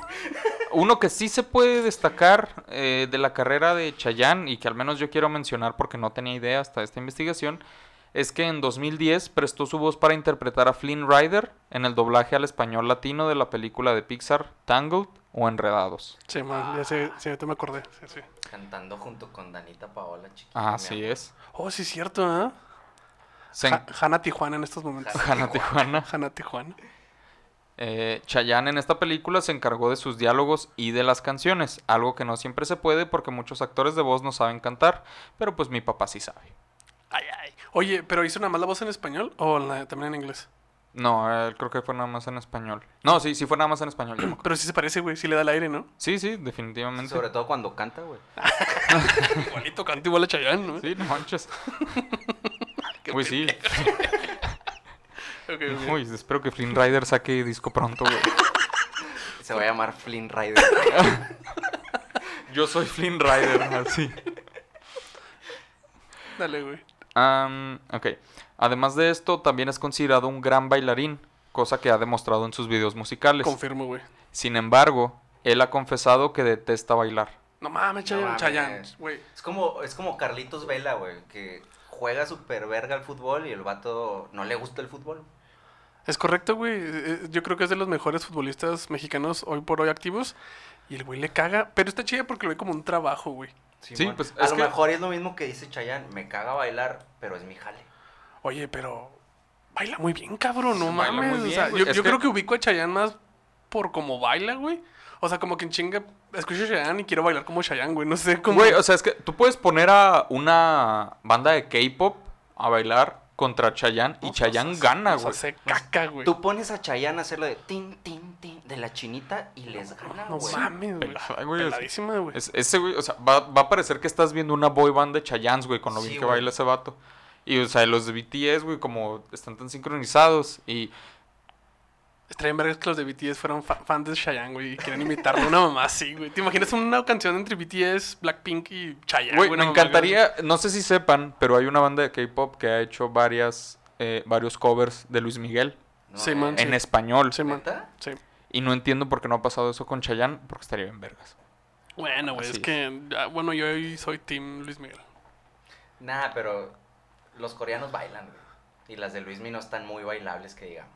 E: uno que sí se puede destacar eh, de la carrera de Chayanne y que al menos yo quiero mencionar porque no tenía idea hasta esta investigación, es que en 2010 prestó su voz para interpretar a Flynn Rider en el doblaje al español latino de la película de Pixar Tangled o Enredados.
D: Simón, ya sé, sí, ahorita me acordé. Sí, sí.
C: Cantando junto con Danita Paola, chiquita. mi
E: Ah, Así
C: amor.
E: es.
D: Oh, sí, es cierto, ¿ah?
E: Se en-
D: Ja- Hannah Tijuana en estos momentos.
E: Hannah Tijuana.
D: Hannah Tijuana.
E: Eh, Chayanne en esta película se encargó de sus diálogos y de las canciones, algo que no siempre se puede porque muchos actores de voz no saben cantar, pero pues mi papá sí sabe.
D: Ay, ay. Oye, ¿pero hizo nada más la voz en español o la- también en inglés?
E: No, eh, creo que fue nada más en español. No, sí, sí fue nada más en español. ya me acuerdo.
D: Pero sí se parece, güey. Sí le da el aire, ¿no?
E: Sí, sí, definitivamente.
C: Sobre todo cuando canta, güey.
D: Igualito canta igual a Chayanne, ¿no?
E: Sí, no manches. Uy, sí.
D: Ok, ok.
E: Uy, espero que Flynn Rider saque disco pronto, güey.
C: Se va a llamar Flynn Rider.
E: Yo soy Flynn Rider, así.
D: Dale, güey.
E: Am, ok. Además de esto, también es considerado un gran bailarín, cosa que ha demostrado en sus videos musicales.
D: Confirmo, güey.
E: Sin embargo, él ha confesado que detesta bailar.
D: No mames, Chayanne,
C: mames.
D: Chayanne, güey.
C: Es como, es como Carlitos Vela, güey, que juega super verga al fútbol y el vato no le gusta el fútbol.
D: Es correcto, güey. Eh, eh, Yo creo que es de los mejores futbolistas mexicanos hoy por hoy activos. Y el güey le caga. Pero está chida porque lo ve como un trabajo, güey.
C: Simón.
E: pues,
C: a
E: es
C: lo
E: que-
C: mejor es lo mismo que dice Chayanne, me caga bailar, pero es mi jale.
D: Oye, pero baila muy bien, cabrón. No
E: Baila muy
D: mames. o
E: bien,
D: sea,
E: güey.
D: yo
E: Es
D: yo
E: que-
D: creo que ubico a Chayanne más por cómo baila, güey. O sea, como que en chinga escucho a Chayanne y quiero bailar como Chayanne, güey. No sé cómo.
E: Güey, o sea, es que tú puedes poner a una banda de K-pop a bailar contra Chayanne y
D: No, pues,
E: Chayanne
D: o sea,
E: gana,
D: o sea,
E: güey.
D: se caca, güey.
C: Tú pones a Chayanne a hacer lo de tin, tin, tin, de la chinita y les gana,
D: No
C: güey.
D: mames, güey.
E: Pelada, güey, o sea,
D: Peladísima, güey.
E: Es- ese güey, o sea, va, va a parecer que estás viendo una boy band de Chayanne, güey, con lo
C: Sí,
E: bien que
C: güey.
E: baila ese vato. Y, o sea, los de BTS, güey, como están tan sincronizados y...
D: Estaría en vergas que los de BTS fueron fa- fan de Chayanne, güey, y quieren imitarlo una mamá así, güey. ¿Te imaginas una canción entre BTS, Blackpink y Chayanne?
E: Güey,
D: una
E: me
D: mamá así?
E: encantaría, no sé si sepan, pero hay una banda de K-pop que ha hecho varias, eh, varios covers de Luis Miguel
C: No,
D: Sí, man,
C: eh,
E: en español.
D: Sí, man.
C: ¿neta?
D: Sí.
E: Y no entiendo por qué no ha pasado eso con Chayanne, porque estaría bien vergas.
D: Bueno, güey, es,
E: Así es.
D: que, ah, bueno, yo hoy soy Team Luis Miguel.
C: Nah, pero los coreanos bailan, güey. Y las de Luismi no están muy bailables, que digamos.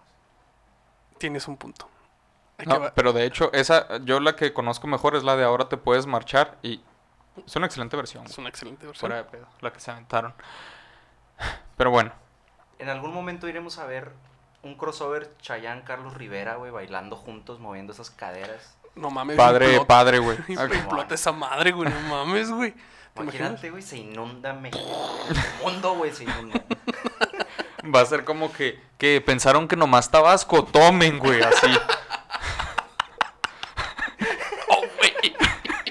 D: Tienes un punto. Hay que
E: No,
D: va-
E: pero de hecho, esa, yo la que conozco mejor es la de Ahora te puedes marchar y es una excelente versión.
D: Es
E: güey,
D: una excelente versión.
E: Fuera de pedo, la que se aventaron. Pero bueno,
C: En algún momento iremos a ver un crossover Chayanne-Carlos Rivera, güey, bailando juntos, moviendo esas caderas.
D: No mames.
E: padre,
D: explota-
E: padre, güey. Ok.
D: Explota esa madre, güey. No mames, güey. ¿Te imaginas?
C: Imagínate, güey, se inunda México. El mundo, güey, se inunda.
E: Va a ser como que, que pensaron que nomás Tabasco, tomen, güey, así.
F: Oh, güey.
E: ¡Ah!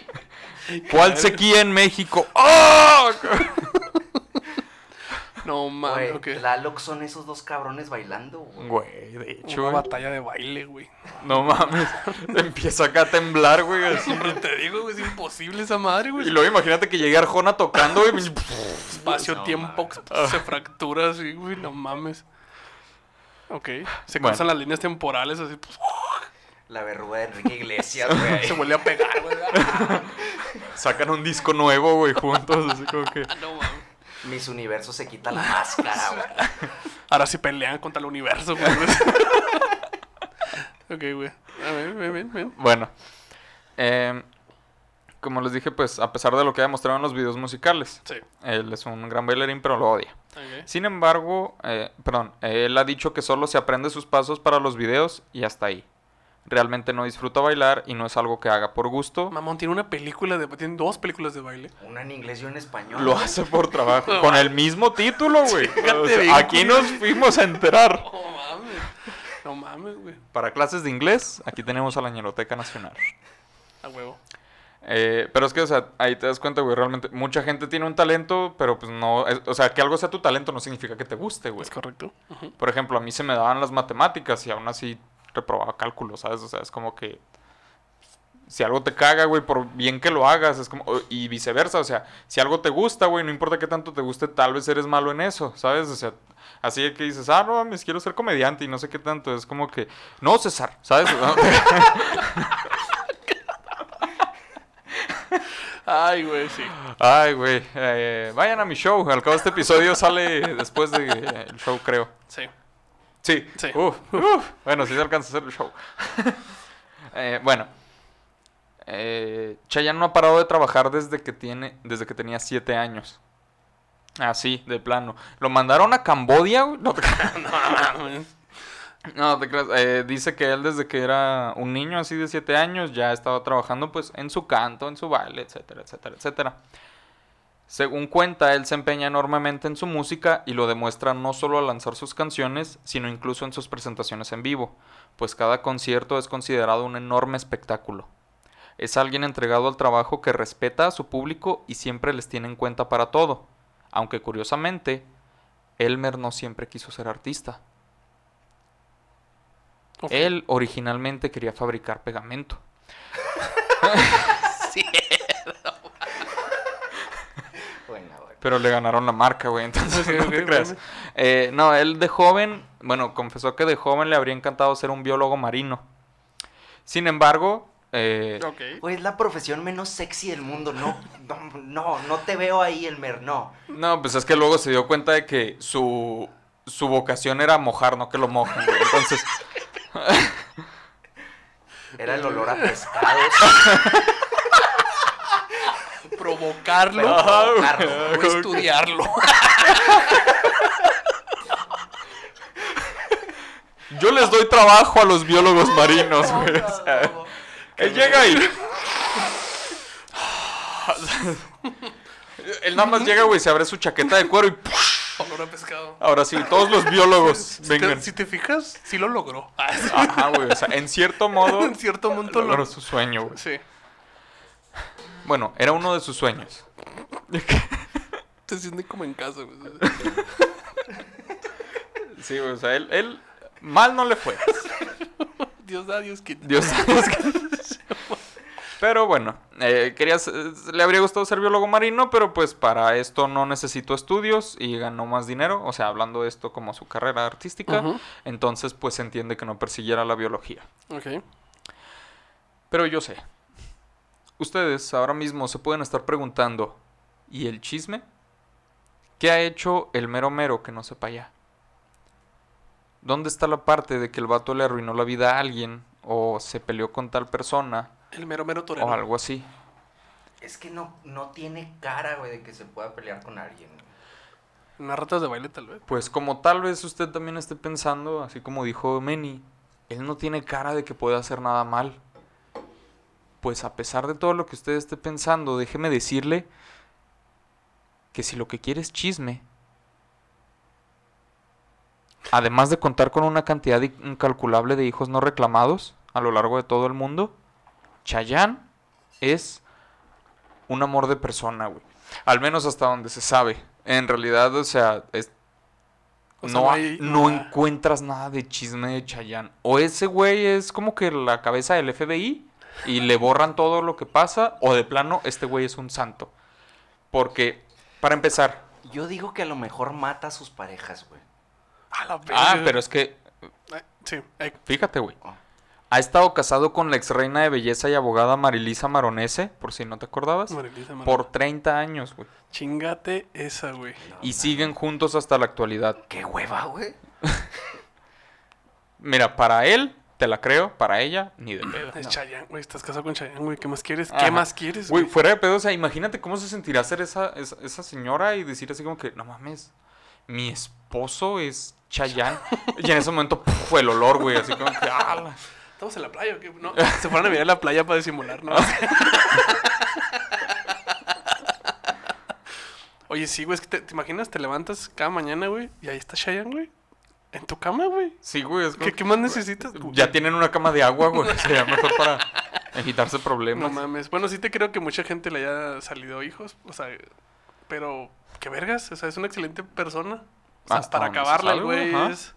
E: ¿Cuál sequía en México? ¡Oh!
D: No mames,
C: Güey,
D: lo que-
C: Tlaloc son esos dos cabrones bailando, güey.
E: Güey, de hecho,
D: Una
E: güey,
D: batalla de baile, güey.
E: no mames. Empieza acá a temblar, güey. así.
D: Hombre, te digo, güey, es imposible esa madre, güey.
E: Y luego imagínate que llegue Arjona tocando, güey.
D: Espacio-tiempo se fractura así, güey, no mames. Ok, se
E: Bueno.
D: cruzan las líneas temporales así, pues,
C: La verruga de Enrique Iglesias, güey.
D: se vuelve a pegar, güey.
E: Sacan un disco nuevo, güey, juntos. Así como que.
D: No mames.
C: Mis universos se quita la máscara, güey.
D: Ahora sí pelean contra el universo, güey. ok, güey. A ver, ven, ven, ven.
E: Bueno. eh, como les dije, pues a pesar de lo que ha demostrado en los videos musicales,
D: Sí,
E: él es un gran bailarín, pero lo odia.
D: ok.
E: Sin embargo, eh, perdón, él ha dicho que solo se aprende sus pasos para los videos y hasta ahí. Realmente no disfruta bailar y no es algo que haga por gusto.
D: Mamón tiene una película de. Tiene dos películas de baile.
C: Una en inglés y una en español.
E: Lo hace por trabajo. Con el mismo título, güey.
D: Fíjate
E: O sea,
D: bien,
E: aquí nos fuimos a enterar.
D: No mames. No mames, güey.
E: Para clases de inglés, aquí tenemos a la Ñeroteca Nacional.
D: A huevo.
E: Eh, pero es que, o sea, ahí te das cuenta, güey, realmente mucha gente tiene un talento, pero pues no, es- o sea, que algo sea tu talento no significa que te guste, güey.
D: Es correcto. Ujú.
E: Por ejemplo, a mí se me daban las matemáticas y aún así reprobaba cálculo, ¿sabes? O sea, es como que si algo te caga, güey, por bien que lo hagas, es como o- y viceversa, o sea, si algo te gusta, güey, no importa qué tanto te guste, tal vez eres malo en eso, ¿sabes? O sea, así de que dices, "Ah, no, mames, quiero ser comediante y no sé qué tanto", es como que, "No, César", ¿sabes?
D: Ay, güey, sí.
E: Ay, güey, eh, vayan a mi show, al cabo este episodio sale después del show, creo.
D: Sí.
E: Sí.
D: Sí.
E: Uf, uf. Bueno, sí se alcanza a hacer el show. Eh, bueno. Eh, Chayanne no ha parado de trabajar desde que, tiene, desde que tenía 7 años. Así, de plano. Lo mandaron a Cambodia, güey. No te creas.
D: No mames.
E: No, te creas. Eh, dice que él desde que era un niño así de 7 años ya estaba trabajando pues en su canto, en su baile, etcétera, etcétera, etcétera. Según cuenta, él se empeña enormemente en su música y lo demuestra no solo al lanzar sus canciones, sino incluso en sus presentaciones en vivo, pues cada concierto es considerado un enorme espectáculo. Es alguien entregado al trabajo que respeta a su público y siempre les tiene en cuenta para todo, aunque curiosamente, Elmer no siempre quiso ser artista.
D: Ok.
E: Él originalmente quería fabricar pegamento.
C: Buena, güey.
E: Pero le ganaron la marca, güey, entonces
D: Ok,
E: no
D: ok,
E: te creas.
D: bueno.
E: Eh, no, él de joven, bueno, confesó que de joven le habría encantado ser un biólogo marino. Sin embargo, eh,
D: Ok.
C: Güey, es la profesión menos sexy del mundo. No, no, no, no te veo ahí, Elmer, no.
E: no, pues es que luego se dio cuenta de que su, su vocación era mojar, no que lo mojen, güey. Entonces,
C: Era el olor a pescados.
D: Provocarlo.
C: Ajá, güey.
D: o estudiarlo.
E: yo les doy trabajo a los biólogos marinos, güey. o sea, él llega y... él nada más llega, güey, se abre su chaqueta de cuero y...
D: Olor a pescado.
E: Ahora sí, todos los biólogos,
D: Si te,
E: vengan.
D: si te fijas, sí lo logró. Ah, sí.
E: Ajá, güey. O sea, en cierto modo,
D: En cierto momento lo
E: logró su sueño, güey.
D: Sí.
E: Bueno, era uno de sus sueños.
D: Se siente como en casa, güey.
E: Sí, güey. O sea, él, él mal no le fue.
D: Dios da, Dios quita.
E: Dios sabe. Pero bueno, eh, quería ser- le habría gustado ser biólogo marino, pero pues para esto no necesitó estudios y ganó más dinero. O sea, hablando de esto como su carrera artística,
D: Ujú.
E: entonces pues se entiende que no persiguiera la biología.
D: Ok.
E: Pero yo sé. Ustedes ahora mismo se pueden estar preguntando, ¿y el chisme? ¿Qué ha hecho el mero mero que no sepa ya? ¿Dónde está la parte de que el vato le arruinó la vida a alguien o se peleó con tal persona
D: El mero mero torero.
E: o algo así?
C: Es que no, no tiene cara, güey, de que se pueda pelear con alguien.
D: Unas ratas de baile, tal vez.
E: Pues como tal vez usted también esté pensando, así como dijo Meni, él no tiene cara de que pueda hacer nada mal. Pues a pesar de todo lo que usted esté pensando, déjeme decirle que si lo que quiere es chisme, además de contar con una cantidad de- incalculable de hijos no reclamados a lo largo de todo el mundo, Chayanne es un amor de persona, güey. Al menos hasta donde se sabe. En realidad, o sea, es-
D: O sea,
E: no,
D: hay
E: hay- no
D: nada.
E: encuentras nada de chisme de Chayanne. O ese güey es como que la cabeza del FBI y le borran todo lo que pasa. O de plano, este güey es un santo. Porque, para empezar,
C: Yo digo que a lo mejor mata a sus parejas, güey.
D: A la
E: ah,
D: verga.
E: pero es que,
D: Eh, Sí, eh,
E: fíjate, güey. Ha estado casado con la ex reina de belleza y abogada Marilisa Maronese, por si no te acordabas,
D: Marilisa Manolo.
E: por 30 años, güey.
D: Chingate esa, güey.
E: Y siguen juntos hasta la actualidad.
C: Qué hueva, güey.
E: Mira, para él, te la creo, para ella, ni de pedo.
D: Es Chayanne, güey. Estás casado con Chayanne, güey. ¿Qué más quieres? ¿Qué
E: Ajá.
D: más quieres,
E: Güey,
D: güey?
E: fuera de pedo, o sea, imagínate cómo se sentirá ser esa, esa, esa señora y decir así como que, no mames, mi esposo es Chayanne. y en ese momento, fue el olor, güey, así como que, "Ah, "Ala".
D: Estamos en la playa, o ¿qué? No, se fueron a mirar la playa para disimular, ¿no? Oye, sí, güey, es que te, te imaginas, te levantas cada mañana, güey, y ahí está Chayanne, güey. En tu cama, güey.
E: Sí, güey, es como
D: ¿Qué,
E: que-
D: qué más necesitas? pues, güey?
E: Ya tienen una cama de agua, güey, o sea, mejor para evitarse
D: No
E: problemas.
D: mames. Bueno, sí te creo que mucha gente le haya salido hijos, o sea, pero qué vergas, o sea, es una excelente persona. O sea,
E: Hasta
D: para
E: donde
D: acabarla, el
E: sabe,
D: güey
E: ajá.
D: es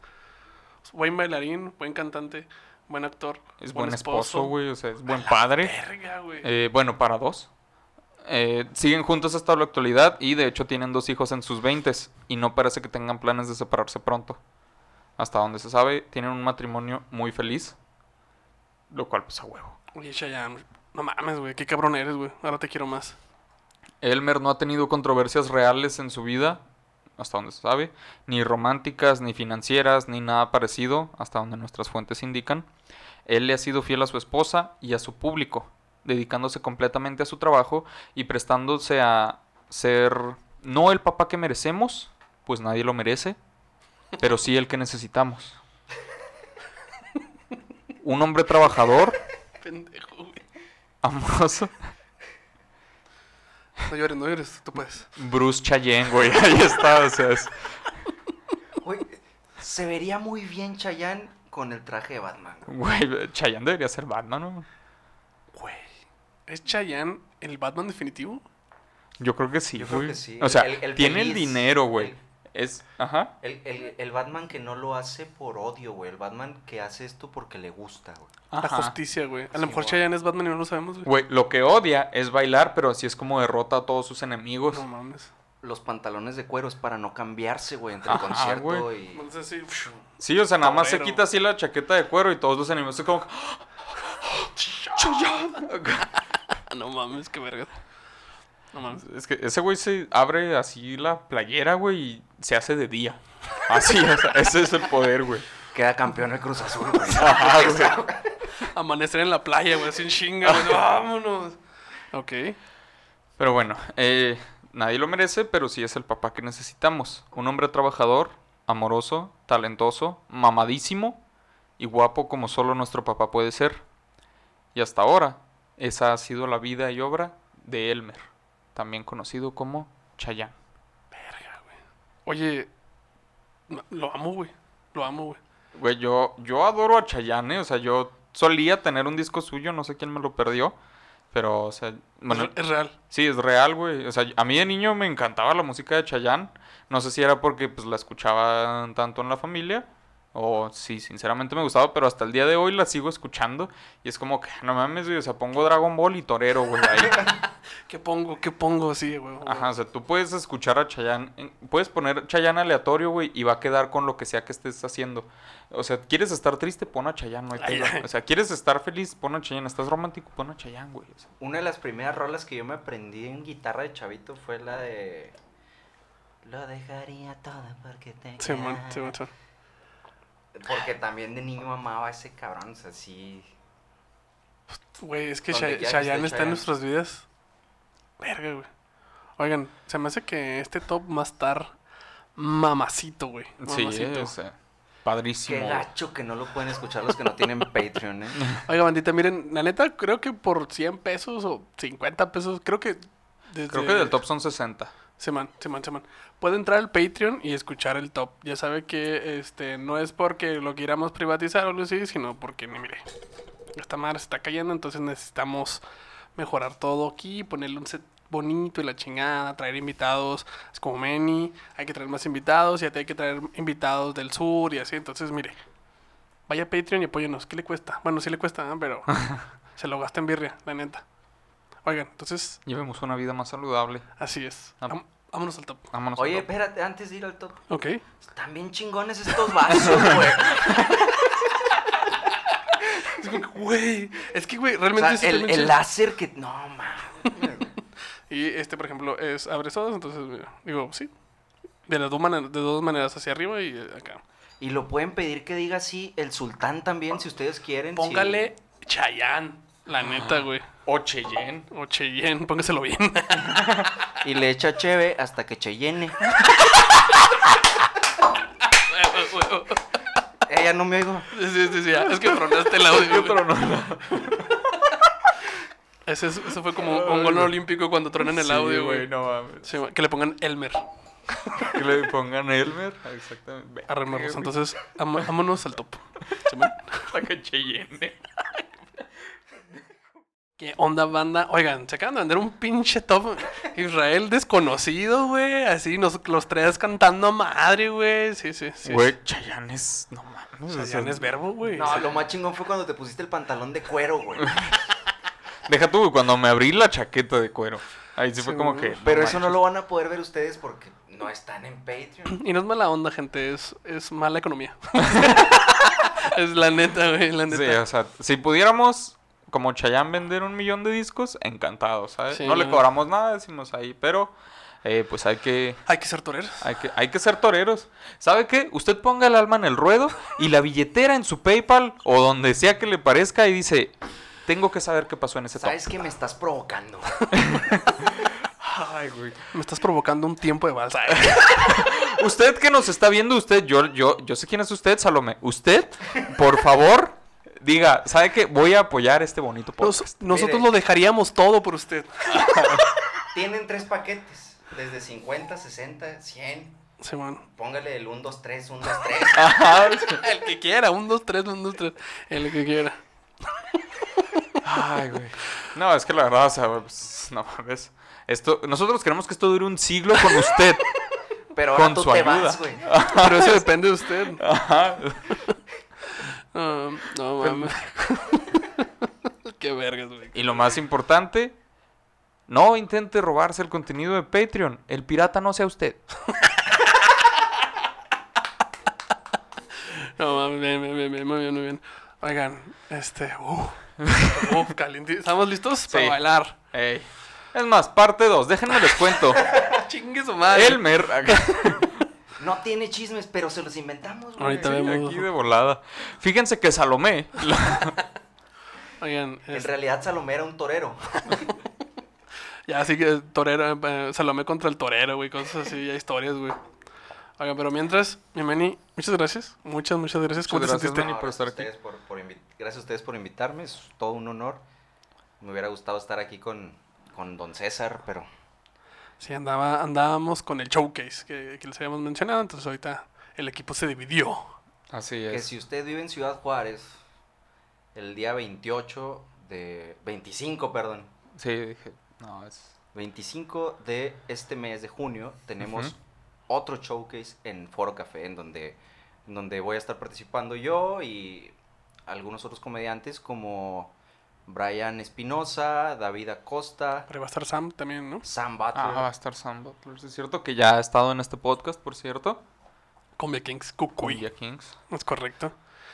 D: buen bailarín, buen cantante, buen actor,
E: es buen esposo, güey, o sea, es buen padre.
D: Verga, güey.
E: Eh, bueno, para dos. Eh, siguen juntos hasta la actualidad y de hecho tienen dos hijos en sus veintes y no parece que tengan planes de separarse pronto. Hasta donde se sabe, tienen un matrimonio muy feliz. Lo cual, pues a huevo.
D: Oye, Chayanne, no mames, güey, qué cabrón eres, güey. Ahora te quiero más.
E: Elmer no ha tenido controversias reales en su vida, hasta donde se sabe, ni románticas, ni financieras, ni nada parecido, hasta donde nuestras fuentes indican. Él le ha sido fiel a su esposa y a su público, dedicándose completamente a su trabajo y prestándose a ser no el papá que merecemos, pues nadie lo merece, pero sí el que necesitamos. Un hombre trabajador,
D: Pendejo, güey.
E: amoroso.
D: No llores, no llores, tú puedes.
E: Bruce Chayen, güey, ahí está, o sea, es-
C: Güey, se vería muy bien Chayanne con el traje de Batman. güey.
E: Güey, Chayanne debería ser Batman, ¿no?
D: Güey. ¿Es Chayanne el Batman definitivo?
E: Yo creo que sí,
C: Yo creo
E: güey.
C: que sí.
E: O sea,
C: El- el
E: tiene el
C: feliz,
E: dinero, güey.
C: el-
E: Es, ajá.
C: El, el- el Batman que no lo hace por odio, güey. El Batman que hace esto porque le gusta, güey.
D: La
E: ajá.
D: justicia, güey. A lo
C: Sí,
D: mejor
C: güey.
D: Chayanne es Batman y no lo sabemos, güey.
E: Güey, lo que odia es bailar, pero así es como derrota a todos sus enemigos.
D: No mames.
C: Los pantalones de cuero es para no cambiarse, güey, entre el
E: Ajá,
C: concierto
E: güey.
C: y...
D: Entonces sí. pfiu.
E: Sí, o sea, nada más se
D: Torero.
E: quita así la chaqueta de cuero y todos los enemigos son como...
D: Ah, no mames, qué verga. No mames.
E: Es que ese güey se abre así la playera, güey, y se hace de día. Así, o sea, ese es el poder, güey.
C: Queda campeón el Cruz Azul, güey.
E: Ajá, güey.
D: Amanecer en la playa, güey, sin chinga, güey. Vámonos. Ok.
E: Pero bueno, eh, nadie lo merece, pero sí es el papá que necesitamos. Un hombre trabajador, amoroso, talentoso, mamadísimo y guapo como solo nuestro papá puede ser. Y hasta ahora, esa ha sido la vida y obra de Elmer, también conocido como Chayanne.
D: Verga, güey. Oye, ma- lo amo, güey. Lo amo, güey.
E: Güey, yo, yo adoro a Chayanne, ¿eh? o sea, yo solía tener un disco suyo, no sé quién me lo perdió, pero, o sea, bueno,
D: Es- es real.
E: Sí, es real, güey. O sea, a mí de niño me encantaba la música de Chayanne. No sé si era porque pues la escuchaban tanto en la familia o si sinceramente me gustaba, pero hasta el día de hoy la sigo escuchando y es como que "Ah, no mames, güey, o sea, pongo Dragon Ball y Torero, güey. ahí.
D: ¿Qué pongo? ¿Qué pongo así, güey? güey?
E: Ajá, o sea, tú puedes escuchar a Chayanne, en- puedes poner Chayanne aleatorio, güey, y va a quedar con lo que sea que estés haciendo. O sea, ¿quieres estar triste? Pon a Chayanne, no hay
D: Ay,
E: pedo.
D: ay.
E: O sea, ¿quieres estar feliz? Pon a Chayanne. ¿Estás romántico? Pon a Chayanne, güey. O sea,
C: Una de las primeras rolas que yo me aprendí en guitarra de chavito fue la de... Lo dejaría todo porque te
D: Sí, man,
C: quiero".
D: sí, man, sí.
C: Porque también de niño amaba a ese cabrón, o sea, sí...
D: Güey, es que
C: Donde
D: Chay-
C: quiera que esté
D: Chayanne está en
C: Chayanne.
D: nuestras vidas. Verga, güey. Oigan, se me hace que este top va a estar mamacito, güey.
E: sí,
D: Mamacito.
E: o sea, padrísimo.
C: Qué
E: güey.
C: gacho que no lo pueden escuchar los que no tienen Patreon, ¿eh?
D: Oiga, bandita, miren, la neta, creo que por 100 pesos o 50 pesos, creo que. desde-
E: Creo que del top son 60.
D: Se man, se man, se man. Puede entrar al Patreon y escuchar el top. Ya sabe que este no es porque lo queramos privatizar o algo así, sino porque, ni mire, esta madre se está cayendo, entonces necesitamos mejorar todo aquí, ponerle un set bonito y la chingada, traer invitados, es como Meni, hay que traer más invitados y ya te hay que traer invitados del sur y así. Entonces, mire, vaya a Patreon y apóyenos. ¿Qué le cuesta? Bueno, sí le cuesta, ¿verdad? pero se lo gasta en birria, la neta. Oigan, entonces,
E: Llevemos una vida más saludable.
D: así es.
E: Ah.
D: Vam- Vámonos al top.
E: Vámonos.
C: Oye,
E: al top.
C: espérate, antes de ir al top.
D: Ok.
C: Están bien chingones estos vasos, güey.
D: Es como que, Güey, es que, güey,
C: O sea,
D: realmente... sí está
C: el,
D: bien
C: el
D: chido.
C: láser que. No, mames.
D: Y este, por ejemplo, es abre sodas, entonces mira, digo, sí. De las dos maneras, de dos maneras hacia arriba y eh, acá.
C: Y lo pueden pedir que diga así el sultán también, si ustedes quieren. si-
D: Póngale Chayán, la neta, güey.
E: O Cheyenne.
D: O Cheyenne, póngaselo bien.
C: Y le echa cheve hasta que che llene. Eh, ya no me oigo.
D: sí, sí, sí, ya, es que tronaste el audio. güey.
E: Pero no.
D: Ese es- eso fue como un gol olímpico cuando tronan el
E: Sí,
D: audio, güey.
E: No mames.
D: Sí, güey, que le pongan Elmer
E: Que le pongan Elmer. Ah, Exactamente.
D: a remarros. Entonces, am- vámonos al top. ¿Sí, man?
E: Saca Cheyenne.
D: ¿Qué onda, banda? Oigan, se acaban de vender un pinche top Israel desconocido, güey. Así, nos, los tres cantando madre, güey. Sí, sí, sí.
E: Güey, Cheyenne es. No mames. o sea,
D: Chayán es verbo, güey.
C: No, lo más chingón fue cuando te pusiste el pantalón de cuero, güey.
E: Deja tú, güey, cuando me abrí la chaqueta de cuero. Ahí sí fue
D: Sí,
E: como
D: güey.
E: que.
C: Pero eso no lo van a poder ver ustedes porque no están en Patreon.
D: Y no es mala onda, gente. Es, es mala economía. es la neta, güey. La
E: Sí,
D: neta.
E: o sea, si pudiéramos, como Chayanne, vender un millón de discos, encantado, ¿sabes?
D: Sí,
E: no le
D: no.
E: cobramos nada, decimos ahí, pero eh, pues hay que,
D: Hay que ser toreros.
E: hay que hay que ser toreros. ¿Sabe qué? Usted ponga el alma en el ruedo y la billetera en su PayPal o donde sea que le parezca y dice, tengo que saber qué pasó en ese top.
C: Sabes que me estás provocando.
E: Ay, güey.
D: Me estás provocando un tiempo de balsa.
E: Pues, Usted que nos está viendo, usted, yo, yo, yo sé quién es usted, Salomé. Usted, por favor, diga, ¿sabe qué? Voy a apoyar este bonito podcast.
D: Nos- nosotros
C: Mire.
D: lo dejaríamos todo por usted.
C: Tienen tres paquetes. Desde 50, 60, 100.
D: Sí, man.
C: Póngale el 1, 2, 3, 1, 2, 3.
E: Ajá.
D: El que quiera. Un, dos, tres, un, dos, tres. El que quiera.
E: Ay, güey. No, es que la verdad, o sea, güey, pues, no mames. Esto, nosotros queremos que esto dure un siglo con usted.
C: Pero ahora
E: Con
C: tú
E: su
C: te
E: ayuda.
C: vas, güey.
D: Pero eso depende de usted.
E: Ajá.
D: Ah, no, mames. Qué vergas, güey.
E: Y lo más importante, no intente robarse el contenido de Patreon. El pirata no sea usted.
D: No mames, bien, bien, bien, bien, muy bien, muy bien. Oigan, este. Uh, uh, caliente. ¿Estamos listos para
E: Sí.
D: bailar?
E: Ey. Es más, parte 2, déjenme les cuento.
D: Ah, Chingue su madre.
E: Elmer,
C: No tiene chismes, pero se los inventamos, güey.
D: Ahorita vemos.
E: aquí de volada. Fíjense que Salomé, la-
D: Oigan,
C: En
D: este,
C: realidad Salomé era un torero.
D: ya así que torero, eh, Salomé contra el torero, güey, cosas así, ya historias, güey. Oigan, pero mientras, mi Manny, muchas gracias, muchas, muchas gracias. ¿Cómo
E: Muchas
D: te
E: gracias,
D: sentiste?
E: Manny.
C: No,
E: por estar
C: gracias, a
E: aquí.
C: ustedes por, por invi- gracias a ustedes por invitarme, es todo un honor. Me hubiera gustado estar aquí con, con don César, pero
D: Sí, andaba, andábamos con el showcase que, que les habíamos mencionado, entonces ahorita el equipo se dividió.
E: Así
C: que
E: es.
C: si usted vive en Ciudad Juárez, el día 28 de... 25, perdón.
E: Sí, dije, no, es...
C: 25 de este mes de junio tenemos
E: Ujú.
C: otro showcase en Foro Café, en donde, en donde voy a estar participando yo y algunos otros comediantes como Brian Espinosa, David Acosta,
D: Pero va a estar Sam también, ¿no?
C: Sam Butler.
E: Ah, va a estar Sam Butler, sí es cierto, que ya ha estado en este podcast, por cierto.
D: Cumbia Kings, Cucuy.
E: Cumbia Kings.
D: Es correcto.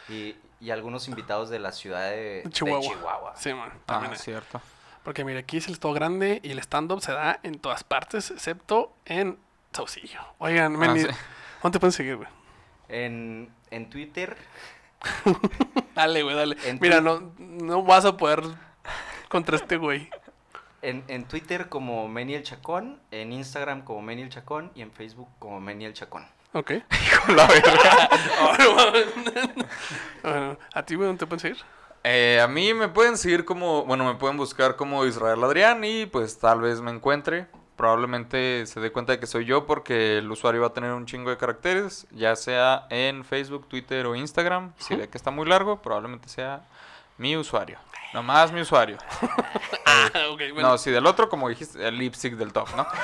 C: Y, y algunos invitados de la ciudad de de
D: Chihuahua.
C: Chihuahua.
D: Sí, man,
E: Ah,
D: también.
E: cierto.
D: Porque mira, aquí es el todo grande y el stand-up se da en todas partes, excepto en Saucillo. Oigan, Manny,
E: Ah, sí.
D: ¿dónde te pueden seguir, güey?
C: En, en Twitter,
D: Dale, güey, dale.
C: En
D: Mira,
C: tu-
D: no, no vas a poder contra este güey.
C: en, en Twitter como Meni el Chacón, en Instagram como Meni el Chacón y en Facebook como Meni el Chacón.
D: Ok.
E: La verga.
D: Oh, Bueno, ¿A ti, güey, dónde te pueden seguir?
E: Eh, a mí me pueden seguir como, bueno, me pueden buscar como Israel Adrián y pues tal vez me encuentre. Probablemente se dé cuenta de que soy yo porque el usuario va a tener un chingo de caracteres, ya sea en Facebook, Twitter o Instagram. Si ve que está muy largo, probablemente sea mi usuario. Nomás mi usuario.
F: Ah, ok, bueno.
E: No, sí, del otro, como dijiste, el Leipzig del top, ¿no?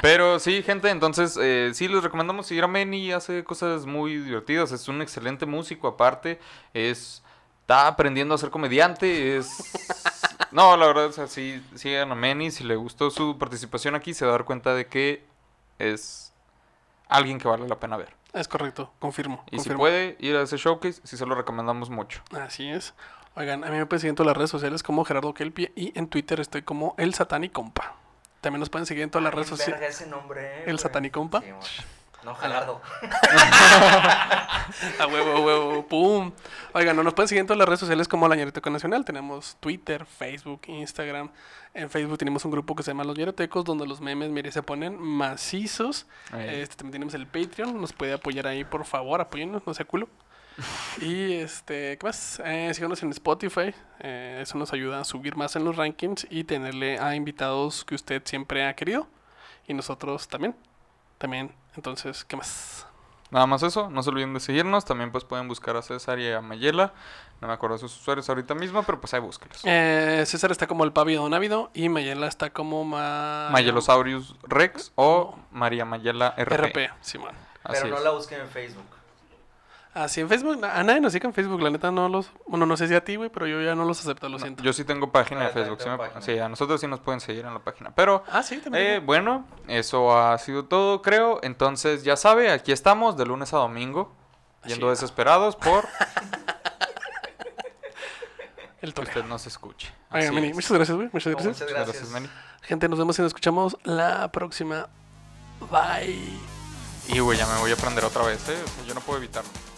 E: Pero sí, gente, entonces eh, sí les recomendamos seguir a Manny, hace cosas muy divertidas, es un excelente músico aparte, es está aprendiendo a ser comediante, es... No, la verdad, o sea, sí, sigan a Manny, si le gustó su participación aquí, se va a dar cuenta de que es alguien que vale la pena ver.
D: Es correcto, confirmo.
E: Y si
D: confirmo.
E: puede ir a ese showcase, sí se lo recomendamos mucho.
D: Así es. Oigan, a mí me pueden seguir en todas las redes sociales como Gerardo Kelpie y en Twitter estoy como El Satanicompa. También nos pueden seguir en todas las redes sociales.
C: ese nombre. eh.
D: ¿El Satanicompa?
C: no, Gerardo.
D: A huevo, a huevo, pum. Oigan, no, nos pueden seguir en todas las redes sociales como La Ñeroteca Nacional. Tenemos Twitter, Facebook, Instagram. En Facebook tenemos un grupo que se llama Los Ñerotecos, donde los memes, mire, se ponen macizos.
E: Ahí.
D: Este, también tenemos el Patreon, nos puede apoyar ahí, por favor, apóyennos, no sea culo. Y este, ¿qué más? Eh, síganos en Spotify, eh, eso nos ayuda a subir más en los rankings y tenerle a invitados que usted siempre ha querido y nosotros también. También, entonces, ¿qué más?
E: Nada más eso, no se olviden de seguirnos. También pues pueden buscar a César y a Mayela. No me acuerdo sus usuarios ahorita mismo, pero pues ahí búsquenlos.
D: Eh, César está como el pavido návido y Mayela está como ma...
E: Mayelosaurus Rex o María Mayela RP.
D: RP, Simón.
E: Así
C: Pero no
E: es.
C: la busquen en Facebook.
D: Así en Facebook, na- a nadie nos sigue en Facebook, la neta no los... Bueno, no sé si a ti, güey, pero yo ya no los acepto, lo siento.
E: Yo sí tengo página
C: Ah,
E: de
C: también
E: Facebook. sí,
C: tengo
E: me-
C: página.
E: sí, a nosotros sí nos pueden seguir en la página. Pero
D: Ah, sí, también.
E: eh, bueno, eso ha sido todo, creo. Entonces ya sabe, aquí estamos de lunes a domingo. Yendo
D: Chido.
E: desesperados por
D: el
E: que
D: torneo.
E: usted nos escuche.
D: Oigan,
E: Así
D: Mini,
E: es.
D: muchas gracias, güey. Muchas
C: No,
D: gracias.
C: muchas
E: Muchas
C: gracias.
E: gracias, Manny.
D: Gente, nos vemos y nos escuchamos la próxima. Bye.
E: Y güey, ya me voy a aprender otra vez, ¿eh? O sea, yo no puedo evitarlo.
B: Pues Pues